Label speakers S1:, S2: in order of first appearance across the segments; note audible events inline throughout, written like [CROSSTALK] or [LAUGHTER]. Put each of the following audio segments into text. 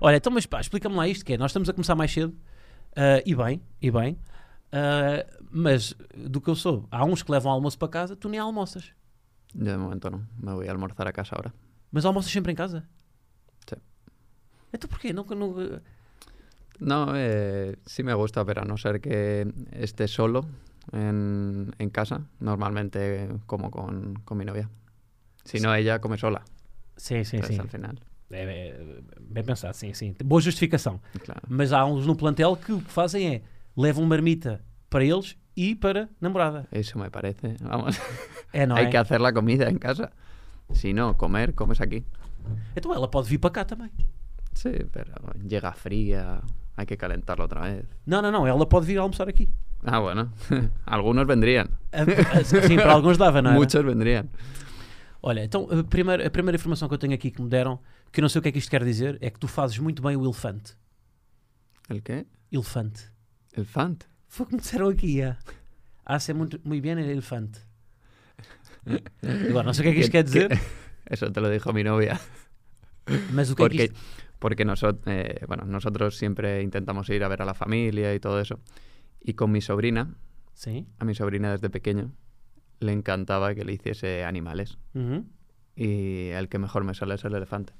S1: Olha, então, mas pá, explica-me lá isto: que é, nós estamos a começar mais cedo, ah, e bem, e bem, ah, mas do que eu sou, há uns que levam almoço para casa, tu nem almoças.
S2: De momento no, me voy a almorzar a casa ahora.
S1: Mas almoças sempre em casa?
S2: Sim.
S1: Então porquê? Nunca, nunca...
S2: No, eh, sí me gusta, pero a no ser que esté solo en, en casa, normalmente como con, con mi novia. Si no, ella come sola.
S1: Sim, sim,
S2: Entonces,
S1: sim.
S2: al final,
S1: É, é, bem pensado, sim, sim. Boa justificação.
S2: claro.
S1: Mas há uns no plantel que o que fazem é levam marmita para eles e para namorada.
S2: Eso me parece. Vamos,
S1: É, não
S2: hay
S1: é?
S2: que hacer la comida en casa. Si no, comer, comes aquí.
S1: Então ela pode vir para cá também.
S2: Sí, pero llega fría, hay que calentarlo otra vez.
S1: Não, não, não. Ela pode vir almoçar aqui.
S2: Ah, bueno. [LAUGHS] Algunos vendrían.
S1: Ah, ah, Sim, para alguns dava, não é?
S2: Muchos vendrían.
S1: Olha, então a primeira, a primeira informação que eu tenho aqui que me deram, que eu não sei o que é que isto quer dizer, é que tu fazes muito bem o elefante.
S2: ¿El qué?
S1: Elefante.
S2: El fant.
S1: Foi o que me disseram aqui, é. Hace muito, muy bien el elefante. Agora, não sei o que é que isto
S2: Que-
S1: quer dizer,
S2: Eso te lo dijo mi novia.
S1: mas o que é que
S2: Porque,
S1: isto...
S2: porque nosotros, bueno, nosotros siempre intentamos ir a ver a la familia y todo eso. Y con mi sobrina,
S1: Sim.
S2: a mi sobrina desde pequeño, le encantaba que le hiciese animales.
S1: Uhum.
S2: Y el que mejor me sale es el elefante.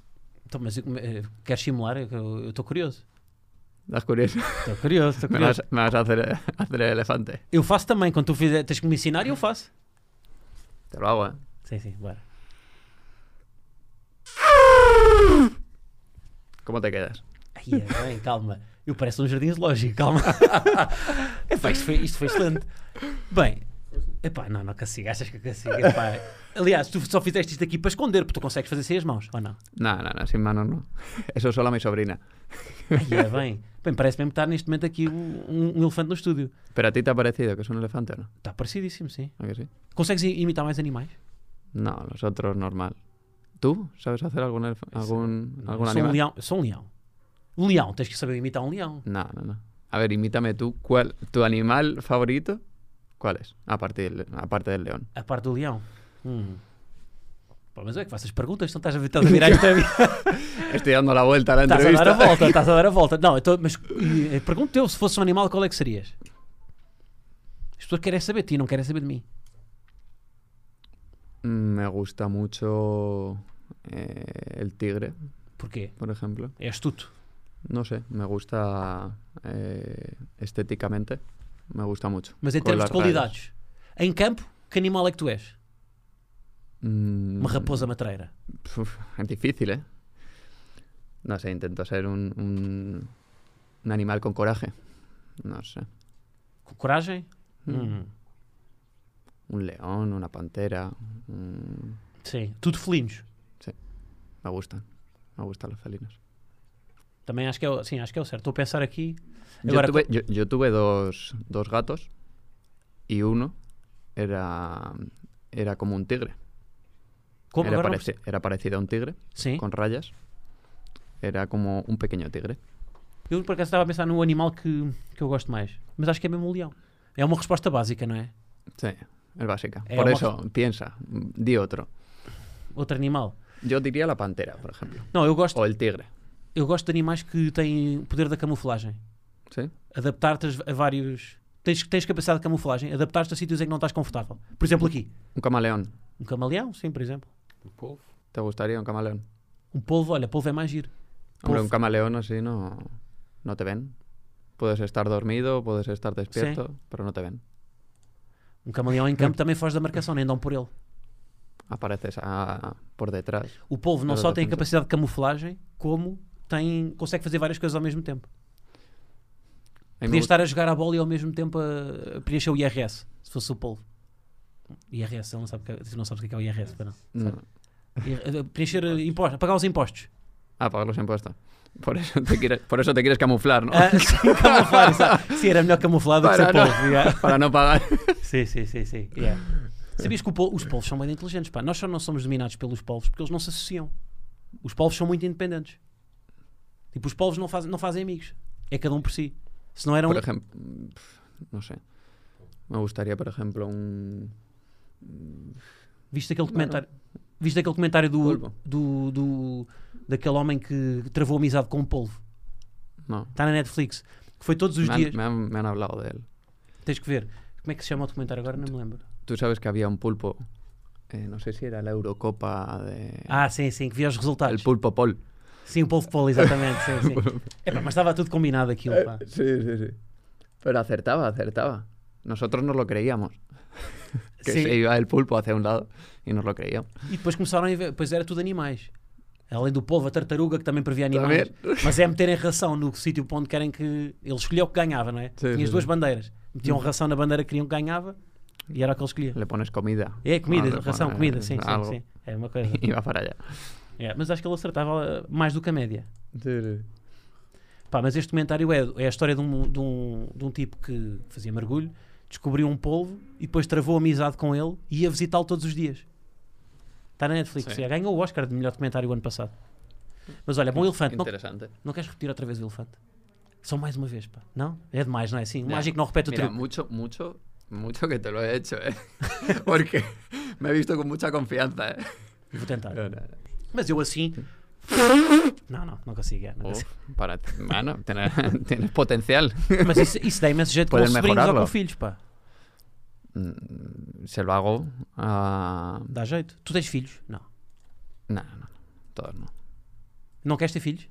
S1: Então, mas eu- eh, queres simular? Eu estou curioso.
S2: ¿Estás curioso?
S1: Estou curioso, estou
S2: [LAUGHS] ¿Me
S1: curioso.
S2: vas, me vas a hacer, hacer el elefante?
S1: Eu faço também, quando tu fizer, tens que me ensinar, eu faço.
S2: Te lo hago, ¿eh?
S1: Sim, sim, bora.
S2: ¿Cómo te quedas?
S1: Ai, é bem, calma. Eu pareço um jardim zoológico, calma. Epá, isto foi, isto foi excelente. Bem, epá, não, não consigo, achas que eu consigo? Epá. Aliás, tu só fizeste isto aqui para esconder, porque tu consegues fazer sem as mãos, ou não?
S2: No, no, no, sin manos no. [LAUGHS] Eso solo a mi sobrina.
S1: Ai, é bem. Bem, parece mesmo estar neste momento aqui um, um elefante no estúdio.
S2: ¿Pero a ti te ha parecido que es un elefante o no?
S1: Está parecidíssimo, sim.
S2: ¿A que sí?
S1: Consegues i- imitar mais animais?
S2: No, nosotros normal. ¿Tú sabes hacer algún, elef- algún,
S1: Não,
S2: algún
S1: eu sou um
S2: animal?
S1: leão. eu Sou um leão. Um leão, tens que saber imitar um leão.
S2: No, no, no. A ver, imítame tú. ¿Cuál, ¿Tu animal favorito? ¿Cuál es? Aparte del, aparte del león.
S1: A parte do leão. Hum. Pô, mas é que faças perguntas, não estás a, estás a virar isto a mim.
S2: Estoy dando la vuelta a la
S1: Estás a dar a
S2: entrevista.
S1: volta, estás a dar a volta. Não, então, mas e, eh, pergunto eu se fosse um animal, qual é que serias? As pessoas querem saber de ti, não querem saber de mí.
S2: Mm, Me gusta mucho eh, el tigre,
S1: Porquê?
S2: por ejemplo.
S1: É astuto.
S2: No sé, me gusta eh, estéticamente. Me gusta mucho.
S1: Mas em
S2: Con
S1: termos
S2: las
S1: de qualidades, em campo, que animal é que tu és?
S2: rayas. Mm,
S1: Uma raposa matreira.
S2: Uf, es difícil, ¿eh? No sé, intento ser un, un, un animal con coraje. No sé.
S1: Com coragem?
S2: Mm,
S1: Hum,
S2: Un león, una pantera. un-
S1: Sim. Tudo felinos.
S2: Me gustan. Me gustan los felinos.
S1: Também acho que é o, sim, acho que é o certo. Estou a pensar aqui.
S2: Yo
S1: Ahora,
S2: tuve, yo, yo tuve dos, dos gatos y uno era, era como un tigre.
S1: Como
S2: Era,
S1: agora? não
S2: pareci- era parecido a un tigre,
S1: perce- Sim.
S2: con rayas. Era como un pequeño tigre.
S1: Eu por acaso estava a pensar no animal que, que eu gosto mais. Mas acho que é mesmo um leão. É uma resposta básica, não é?
S2: Sí, es básica.
S1: Eh,
S2: Por
S1: vamos-
S2: eso, piensa, di otro.
S1: Outro animal.
S2: Yo diría la pantera, por ejemplo.
S1: Não, eu gosto,
S2: O el tigre.
S1: eu gosto de animais que têm poder da camuflagem.
S2: Sí.
S1: Adaptar-te a vários. Tens, tens capacidade de camuflagem, adaptar-te a sítios em que não estás confortável. Por exemplo, aqui.
S2: Un camaleón.
S1: Um camaleão, sim, por exemplo.
S2: ¿Te gustaría un camaleón?
S1: Um polvo, olha, polvo é mais giro.
S2: Hombre,
S1: Uf.
S2: un camaleón así no, no te ven. Puedes estar dormido, puedes estar despierto, pero no te ven.
S1: Um camaleão em campo também foge da marcação, nem dão por ele.
S2: Apareces a- por detrás.
S1: O polvo não
S2: Era
S1: só
S2: da
S1: tem a
S2: camisa.
S1: capacidade de camuflagem, como tem, consegue fazer várias coisas ao mesmo tempo.
S2: A mí me
S1: Podia
S2: gu-
S1: estar a jogar a bola e ao mesmo tempo a, a preencher o IRS, se fosse o polvo. IRS, ele não sabe o que é- não sabes o que é o IRS, para não.
S2: No.
S1: Ir- eh, Preencher eh, impostos, pagar os impostos.
S2: Ah, pagar los impuestos. Por eso te quieres, por eso te quieres camuflar, ¿no?
S1: Ah, [LAUGHS] sim, camuflar, exato. Sim, era melhor camuflar do que ser
S2: Para
S1: polvo.
S2: não-
S1: yeah.
S2: Para no [LAUGHS] pagar.
S1: Sim, sim, sim. sim. yeah. [GASPS] Sabias que o pol- os polvos são bem inteligentes, pá. Nós só não somos dominados pelos polvos porque eles não se associam. Os polvos são muito independentes. Tipo, os polvos não fazem, não fazem amigos. É cada um por si. Se não um, eram.
S2: Por ejemplo, no sé. Me gustaría, por ejemplo, un,
S1: Viste aquele documentário. Viste aquele comentário do,
S2: Polvo.
S1: do, do- daquele homem que travou amizade com o polvo?
S2: No.
S1: Está na Netflix. Que foi todos os
S2: Me han,
S1: dias.
S2: me han- me han hablado de él.
S1: Tens que ver. Como é que se chama o documentário agora? Não me lembro.
S2: Tú sabes que había un pulpo, eh, no sé si era la Eurocopa de...
S1: Ah, sim, sim, que via os
S2: el
S1: resultados.
S2: pulpo Pol.
S1: Sim, o polvo polo, exatamente. Sim, [LAUGHS] sim. Epá, mas estava tudo combinado aquilo. Pá.
S2: Eh, sí, sí, sí. Pero acertaba, acertaba. Nosotros nos lo creíamos. Que
S1: Sim.
S2: se iba el pulpo hacia un lado y nos lo creíamos.
S1: E depois começaram a ver, pois era tudo animais. Além do polvo, a tartaruga, que também previa animais.
S2: Também. [LAUGHS]
S1: Mas é meterem ração no sítio para onde querem que. Ele escolheu o que ganhava, não é? Tinha
S2: Sim,
S1: as
S2: sim,
S1: duas
S2: sim. Hum.
S1: bandeiras. Metiam ração na bandeira que queriam que ganhava e era o que ele escolhia.
S2: Le pones comida.
S1: É, comida,
S2: Ah, le
S1: ração,
S2: pones
S1: comida, sim, sim,
S2: algo
S1: sim. É uma coisa.
S2: [LAUGHS] Y va para allá.
S1: É, mas acho que ele acertava eh, mais do que a média.
S2: Sí, sí.
S1: Pá, mas este documentário é, é a história de um, de, um, de um tipo que fazia mergulho, descobriu um polvo e depois travou amizade com ele e ia visitá-lo todos os dias. Está na Netflix.
S2: Sim.
S1: Já ganhou o Oscar de melhor documentário o ano passado. Mas olha, bom elefante. Não,
S2: Interesante.
S1: não queres repetir outra vez o elefante? Só mais uma vez, pá. Não? É demais, não é? Sim, o
S2: Ya.
S1: mágico não repete o
S2: Mira,
S1: truque.
S2: mucho, mucho, mucho que te lo he hecho, ¿eh? [LAUGHS] Porque me he visto con mucha confianza, ¿eh?
S1: Vou tentar.
S2: No, no, no.
S1: Mas eu assim... Não, não, não consigo. é, não
S2: Uf, [LAUGHS]
S1: consigo.
S2: para ti- Bueno, [LAUGHS] tener- tienes potencial.
S1: Mas isso, isso dá imenso jeito com
S2: Podem
S1: os sobrinhos ou com
S2: melhorá-lo.
S1: filhos, pá.
S2: Mm, Se lo hago a...
S1: Dá jeito. Tu tens filhos? Não.
S2: No, no, no, todos no.
S1: Não queres ter filhos?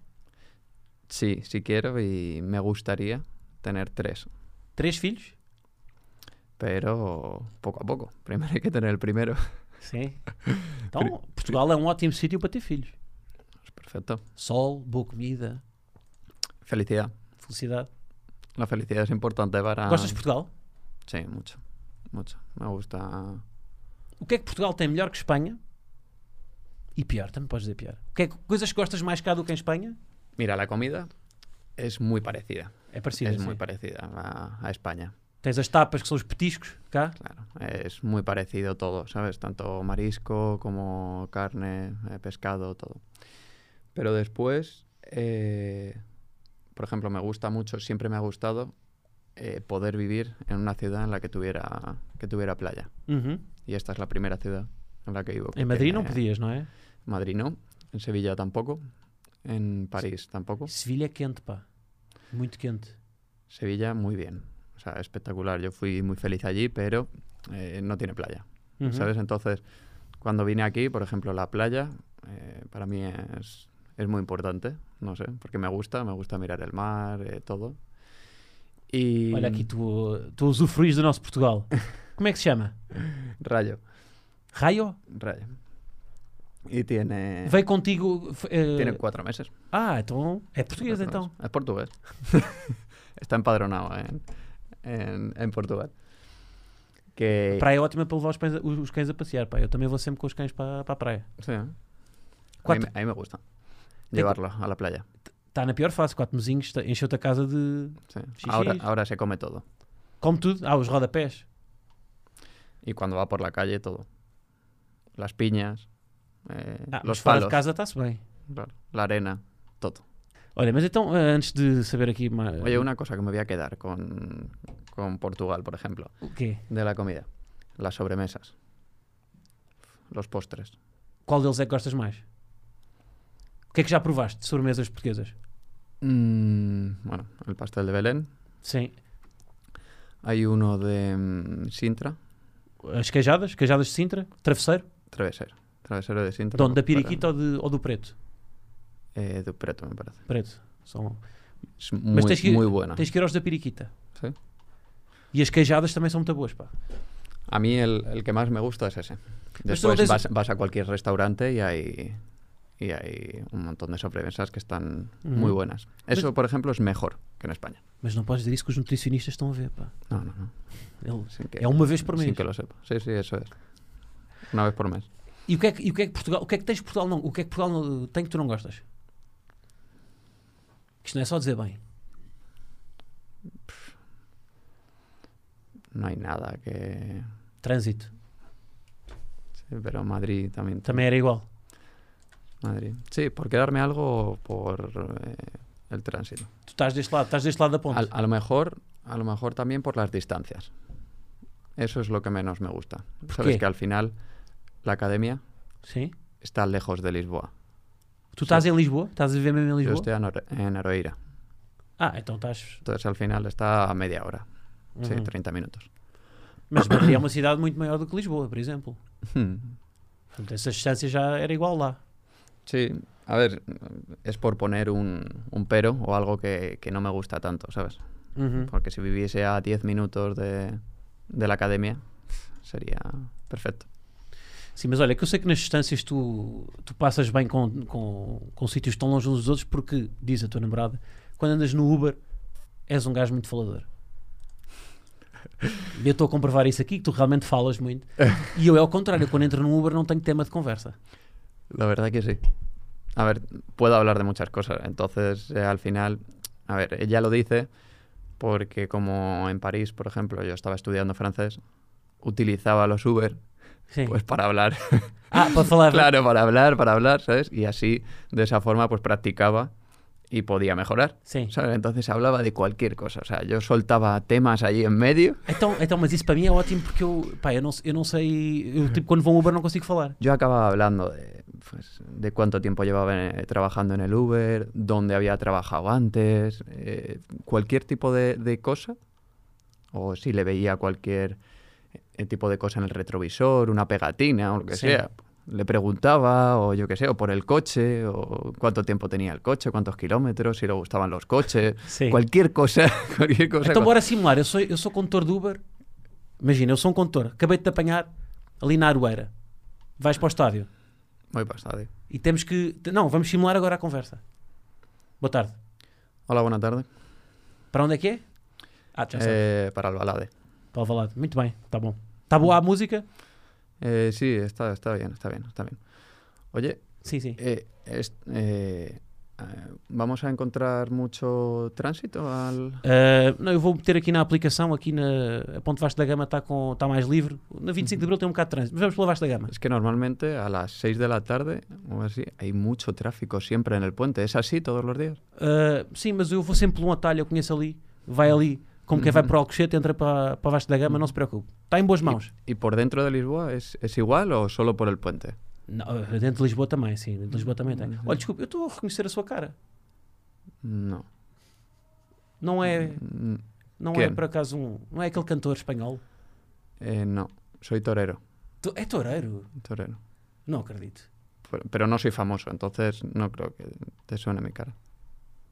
S2: Sí, sí quiero y me gustaría tener tres,
S1: Três filhos?
S2: pero poco a poco. Primero hay que tener el primero. [LAUGHS]
S1: Sim. Então, Portugal é um ótimo sítio para ter filhos.
S2: Es perfecto.
S1: Sol, boa comida,
S2: Felicidad.
S1: felicidade.
S2: La felicidad es importante para...
S1: Gostas de Portugal?
S2: Sí, mucho, mucho. Me gusta...
S1: O que é que Portugal tem melhor que Espanha? E pior, também podes dizer pior. O que é que- coisas que gostas mais cá do que em Espanha?
S2: Mira, la comida es muy parecida.
S1: É parecido.
S2: es
S1: sim.
S2: muy parecida a, a España,
S1: Tens as tapas que são os petiscos cá.
S2: claro. Es muy parecido todo, ¿sabes? Tanto marisco como carne, eh, pescado, todo. Pero después, eh, por ejemplo, me gusta mucho, siempre me ha gustado eh, poder vivir en una ciudad en la que tuviera, que tuviera playa.
S1: Uhum.
S2: Y esta es la primera ciudad en la que vivo. que
S1: Em Madrid não
S2: tiene-
S1: podias, não é?
S2: Madrid no, en Sevilla tampoco, en París tampoco.
S1: Sevilha é quente, pá. Muito quente.
S2: Sevilla, muy bien. O sea, espectacular. Yo fui muy feliz allí, pero eh, no tiene playa.
S1: Uhum.
S2: ¿Sabes? Entonces, cuando vine aquí, por ejemplo, la playa, eh, para mí es, es muy importante. No sé, porque me gusta, me gusta mirar el mar, eh, todo. Y.
S1: Olha aqui, tu, tu usufruís do nosso Portugal. Como é que se chama?
S2: Rayo,
S1: Raio?
S2: rayo. Y tiene.
S1: Veio contigo. f- eh,
S2: Tiene cuatro meses.
S1: Ah, então. É português
S2: cuatro
S1: então.
S2: meses. Es portugués. [LAUGHS] Está empadronado en, en- en Portugal. Que.
S1: Praia é ótima para levar os, pães- os- os cães a passear, pá. Eu também vou sempre com os cães para, para a praia.
S2: Sí, ¿eh? A mí
S1: Cuatro-
S2: me- a mí me gusta
S1: cu-
S2: llevarlo a la playa.
S1: Está na pior fase, quatro mozinhos, tá- encheu-te a casa de...
S2: Sí.
S1: Sí,
S2: Ahora,
S1: sí.
S2: ahora se come todo.
S1: Come tudo. Ah, os rodapés.
S2: Y cuando va por la calle, todo. Las piñas, eh,
S1: Ah, mas
S2: los
S1: fora de
S2: palos,
S1: casa está-se bem.
S2: claro, la arena, todo.
S1: Olha, mas então, eh, antes de saber aqui... ma-
S2: Oye, una cosa que me voy a quedar con, con Portugal, por ejemplo,
S1: O quê?
S2: de la comida. Las sobremesas. Los postres.
S1: Qual deles é que gostas mais? O que é que já provaste de sobremesas portuguesas?
S2: Mm, bueno, el pastel de Belén.
S1: Sim.
S2: Hay uno de mm, Sintra,
S1: As queijadas? Queijadas de Sintra? Travesseiro?
S2: Travesero. Travesero de Sintra.
S1: Dono da
S2: pero-
S1: Piriquita ou, de- ou do Preto?
S2: Eh, de Preto, me parece.
S1: Preto. São...
S2: Es muy,
S1: tens que-
S2: muy buena.
S1: Tens que ir aos da Piriquita.
S2: Sí.
S1: E as queijadas também são muito boas, pá.
S2: A mí el, el que más me gusta es ese.
S1: tú no
S2: Después
S1: tienes-
S2: vas, vas a cualquier restaurante y hay, y hay un montón de sobremesas que están muy
S1: Ujú. Pues
S2: buenas. Eso, por ejemplo, es mejor que en España.
S1: Mas não podes dizer isso que os nutricionistas estão a ver, pá.
S2: No, no, no.
S1: Eles-
S2: Sin que,
S1: É uma vez por mês.
S2: sin que lo sepa. Sí, sí, eso es. Una vez por mes.
S1: E o que é que, e o que, é que Portugal, o que é que tens de Portugal não, o que é que Portugal não- tem que tu não gostas? Que Isto não é só dizer bem.
S2: No hay nada que...
S1: Trânsito.
S2: sí, pero Madrid también.
S1: Também era igual.
S2: Madrid. Sí, por quedarme algo por eh, el tránsito.
S1: Tu estás deste lado, estás deste lado da ponte.
S2: Al- a lo mejor, a lo mejor también por las distancias. Eso es lo que menos me gusta. Sabes
S1: qué?
S2: que al final la academia
S1: Sim.
S2: está lejos de Lisboa.
S1: Tu estás em Lisboa? Estás a viver mesmo em
S2: Yo
S1: Lisboa?
S2: estoy a Nor- en Aroeira.
S1: Ah, então estás.
S2: Entonces al final está a media hora, sí,
S1: Uhum.
S2: 30 minutos.
S1: Mas Madrid é uma cidade muito maior do que Lisboa, por exemplo.
S2: Hmm.
S1: Portanto, essa distância já era igual lá.
S2: Sí, a ver, es por poner un, un pero o algo que, que no me gusta tanto, ¿sabes?
S1: Uhum.
S2: Porque si viviese a 10 minutos de, de la academia, sería perfecto.
S1: Sim, mas olha, que eu sei que nas distâncias tu, tu passas bem com, com, com sítios tão longe uns dos outros porque, diz a tua namorada, quando andas no Uber és um gajo muito falador. E eu estou a comprovar isso aqui, que tu realmente falas muito. E eu é ao contrário, quando entro no Uber não tenho tema de conversa.
S2: La verdad que sí. A ver, puedo hablar de muchas cosas. Entonces, eh, al final, a ver, ella lo dice porque como en París, por ejemplo, yo estaba estudiando francés, utilizaba los Uber
S1: Sim.
S2: pues para hablar.
S1: Ah, para falar.
S2: [LAUGHS] claro, para hablar, para hablar, ¿sabes? Y así, de esa forma, pues practicaba y podía mejorar.
S1: Sim.
S2: ¿sabes? Entonces hablaba de cualquier cosa. O sea, yo soltaba temas allí en medio.
S1: Então, então, mas isso para mim é ótimo porque eu, pá, eu não, eu não sei, eu, tipo, quando vou ao Uber não consigo falar.
S2: Yo acababa hablando de, pues, de cuánto tiempo llevaba eh, trabajando en el Uber, dónde había trabajado antes, eh, cualquier tipo de, de cosa. O si le veía cualquier eh, tipo de cosa en el retrovisor, una pegatina o lo que
S1: Sí.
S2: sea. Le preguntaba, o yo qué sé, o por el coche, o cuánto tiempo tenía el coche, cuántos kilómetros, si le gustaban los coches,
S1: Sí.
S2: cualquier cosa, [LAUGHS] cualquier cosa.
S1: Então bora simular, eu sou, eu sou condutor do Uber. Imagina, eu sou um condutor, acabei de te apanhar ali na Arueira. Vais para o estádio
S2: Muy pasado. eh.
S1: e temos que. te- Não, vamos simular agora a conversa. Boa tarde.
S2: Hola, buena tarde.
S1: Para onde é que é? Ah, já sei.
S2: Eh, para Albalade.
S1: Para o Valado. Muito bem, está bom. Está boa a música?
S2: Eh, sí, está, está bien, está bien, está bien. Oye,
S1: Sim, sim.
S2: eh, es- eh, eh, ¿vamos a encontrar mucho tránsito al...?
S1: Ah, não, eu vou meter aqui na aplicação, aquí na a Ponte Vasco da Gama está com- está mais livre. Na 25 de Abril tem um bocado de trânsito, mas vamos pela Vasco da Gama.
S2: Es que normalmente a las 6 de la tarde o así hay mucho tráfico siempre en el puente. ¿Es así todos los días?
S1: Ah, sim, mas eu vou sempre por um atalho, eu conheço ali, vai ali, como quem vai para o Alcochete, entra para, para Vasco da Gama, não se preocupe. Está em boas mãos.
S2: ¿Y por dentro de Lisboa es, es igual o solo por el puente?
S1: Não, dentro de Lisboa também, sim. Dentro de Lisboa também tem. Olha, desculpa, eu estou a reconhecer a sua cara.
S2: No.
S1: Não é,
S2: Mm,
S1: não é
S2: Quem?
S1: por acaso um. Não é aquele cantor espanhol?
S2: eh, no, soy torero,
S1: Tu- É toureiro?
S2: torero.
S1: Não acredito.
S2: Pero- Pero no soy famoso, entonces no creo que te suene mi cara.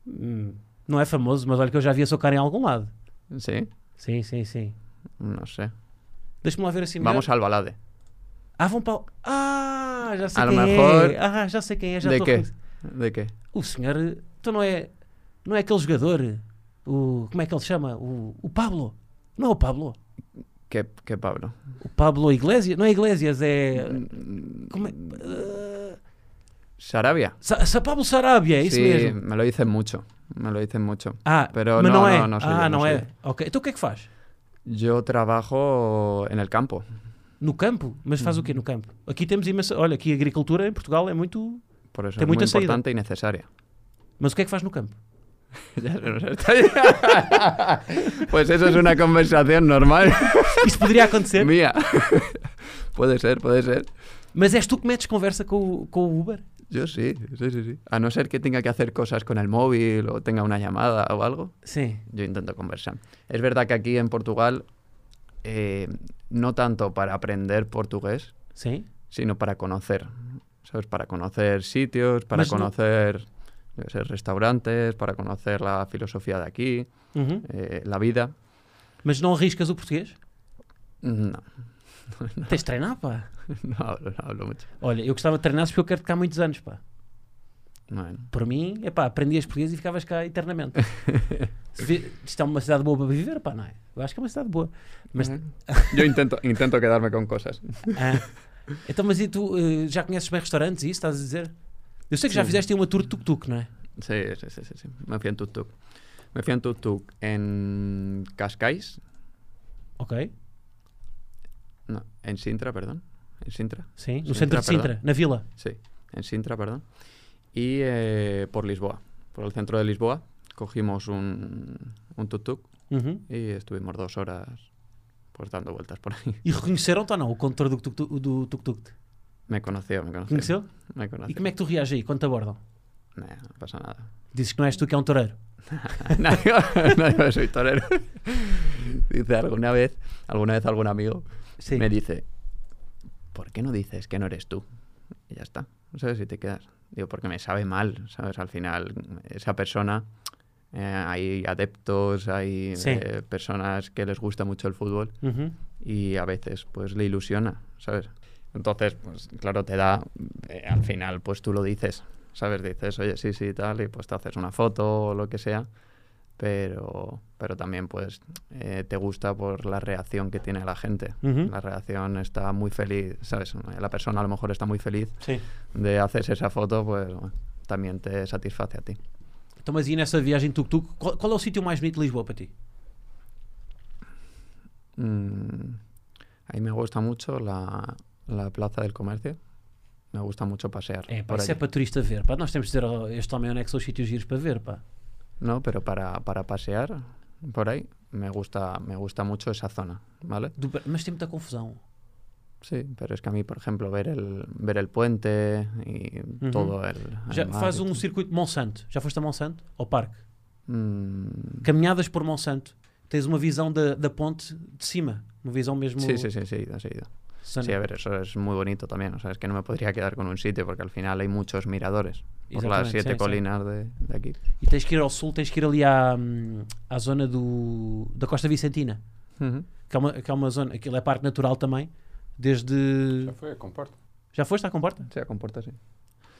S1: Hum, Não é famoso, mas olha que eu já vi a sua cara em algum lado.
S2: ¿Sí?
S1: Sim, sim, sim.
S2: No sé.
S1: Deixa-me lá ver assim. melhor.
S2: Vamos al balade.
S1: Ah, vão para. o- Ah, já sei
S2: A lo
S1: quem
S2: mejor-
S1: é. Ah, já sei quem é. Já
S2: ¿De
S1: estou a
S2: qué?
S1: reconhecer.
S2: ¿De qué?
S1: O senhor. Então não é. Não é aquele jogador. O, como é que ele se chama? O, o Pablo. Não é o Pablo.
S2: ¿Qué, qué Pablo?
S1: O Pablo Iglesias. Não é Iglesias, é.
S2: Mm,
S1: Como é? Ah,
S2: Sarabia.
S1: Sa Sa- Pablo Sarabia, é isso
S2: sí,
S1: mesmo?
S2: me lo dicen mucho. Me lo dicen mucho.
S1: Ah,
S2: Pero
S1: mas
S2: não,
S1: não, é.
S2: não, não sei,
S1: ah,
S2: não
S1: não,
S2: sei.
S1: é. Ok, então o que é que faz?
S2: Yo trabajo en el campo.
S1: No campo? Mas faz o quê no campo? Aqui temos imensa. Olha, aqui a agricultura em Portugal é muito.
S2: Por eso
S1: Ten
S2: es muy
S1: mucha salida.
S2: importante y necesaria.
S1: Mas o que é que faz no campo?
S2: Ya se nos está- [LAUGHS] pues eso es una conversación normal
S1: Isso poderia
S2: [LAUGHS]
S1: acontecer,
S2: mía. puede ser, puede ser.
S1: mas és tu que metes conversa com o, com o Uber?
S2: Yo sí, sí, sí, sí. A no ser que tenga que hacer cosas con el móvil o tenga una llamada o algo,
S1: Sim.
S2: yo intento conversar. Es verdad que aquí en Portugal, eh, no tanto para aprender portugués,
S1: Sim?
S2: sino para conocer, ¿sabes? Para conocer sitios, para
S1: Mas no-
S2: conocer yo qué sé, restaurantes, para conocer la filosofía de aquí,
S1: Uhum.
S2: eh, la vida. Mm,
S1: Mas não arriscas o português?
S2: No, [LAUGHS]
S1: Tens de treinar, pá.
S2: no hablo, no hablo mucho.
S1: Olha, eu gostava de treinar porque eu quero ficar muitos anos, pá.
S2: Bueno,
S1: Por mim, é pá, aprendias português e ficavas cá eternamente. Se vê- Isto é uma cidade boa para viver, pá, não é? Eu acho que é uma cidade boa. Mas
S2: yo intento, intento quedarme con cosas.
S1: Ah. Então, mas e tu eh, já conheces bem restaurantes e isso estás a dizer? Eu sei que já
S2: Sim.
S1: fizeste aí uma tour de tuk-tuk, não é?
S2: Sí, sí, sí, sí, sí. Me fui en tuk-tuk. Me fui en tuk-tuk en Cascais,
S1: Ok,
S2: no, en Sintra, perdón. En Sintra,
S1: sim. No
S2: Sintra,
S1: centro de Sintra,
S2: perdão.
S1: na vila.
S2: sí. En Sintra, perdón. Y eh, por Lisboa, por el centro de Lisboa, cogimos un, un tuk-tuk
S1: Uhum.
S2: Y estuvimos dos horas pues dando vueltas por ahí. [LAUGHS]
S1: E reconheceram-te ou não o condutor do tuk-tuk? do tuk-tuk?
S2: Me conoció, me conoció.
S1: Conheceu?
S2: Me conoció.
S1: E como é que tu reages aí quando te abordam?
S2: Nah, no pasa nada. [LAUGHS]
S1: Dizes que não és tu que é um toureiro.
S2: no, [LAUGHS] digo, soy torero. Dice, alguna vez, alguna vez algún amigo
S1: Sim.
S2: me dice, ¿por qué no dices que no eres tú? Y ya está. No sabes si te quedas. Digo, porque me sabe mal, ¿sabes? Al final, esa persona, eh, hay adeptos, hay
S1: Sí.
S2: eh, personas que les gusta mucho el fútbol
S1: Uhum.
S2: y a veces pues le ilusiona, ¿sabes? Entonces, pues claro, te da, eh, al final pues tú lo dices, ¿sabes? Dices, oye, sí, sí, tal, y pues te haces una foto o lo que sea, pero, pero también pues eh, te gusta por la reacción que tiene la gente.
S1: Ujú.
S2: La reacción está muy feliz, ¿sabes? La persona a lo mejor está muy feliz
S1: Sim.
S2: de hacerse esa foto, pues bueno, también te satisface a ti.
S1: Então, mas e nessa viagem tuk-tuk, qual, qual é o sítio mais bonito de Lisboa para ti?
S2: Mm, a mí me gusta mucho la, la plaza del comercio. Me gusta mucho pasear.
S1: É, pá,
S2: por
S1: isso é
S2: allí.
S1: para turista ver, pá. Nós temos de dizer a este homem onde é que são os sítios giros para ver, pá.
S2: No, pero para, para pasear por ahí me gusta, me gusta mucho esa zona, ¿vale?
S1: Do- mas tem muita confusão.
S2: Sí, pero es que a mí, por ejemplo, ver el, ver el puente y
S1: Ujú.
S2: todo el...
S1: Já
S2: el mar
S1: faz
S2: y
S1: um
S2: todo.
S1: circuito Monsanto. Já foste a Monsanto? Ao parque?
S2: Mm,
S1: Caminhadas por Monsanto. Tens uma visão da, da ponte de cima. Uma visão mesmo...
S2: sí, sí, sí, sí, he ido, sí, he ido.
S1: sana.
S2: Sí, a ver, eso es muy bonito también. O sea, es que no me podría quedar con un sitio porque al final hay muchos miradores por
S1: Exactamente,
S2: las siete
S1: sí, sí.
S2: colinas de, de aquí.
S1: E tens que ir ao sul, tens que ir ali à, hum, à zona do, da Costa Vicentina.
S2: Ujú.
S1: Que é, uma, que é uma zona... Aquilo é parque natural também. Desde...
S3: Já foi, comporta.
S1: Já foste à comporta?
S2: Sí, a Comporta, sí.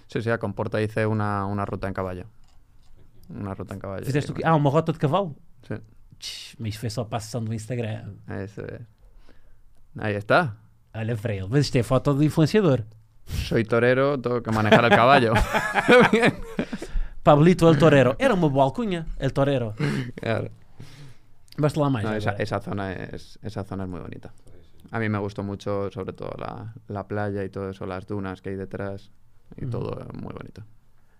S2: Sí, sí, a Comporta hice una, una ruta en caballo. Una ruta en caballo.
S1: Fizeste o
S2: sí,
S1: quê? Ah, uma rota de cavalo?
S2: Sí,
S1: Tch, Mas isso foi só para a sessão do Instagram.
S2: eso es. Ahí está.
S1: Olha para ele. Mas isto é foto do influenciador.
S2: Soy torero, tengo que manejar el caballo.
S1: Pablito El Torero. Era uma boa alcunha, El Torero.
S2: Claro.
S1: Basta lá mais.
S2: No, esa,
S1: agora.
S2: esa zona es, esa zona es muy bonita. A mí me gustó mucho, sobre todo la, la playa y todo eso, las dunas que hay detrás y
S1: Ujú.
S2: todo muy bonito.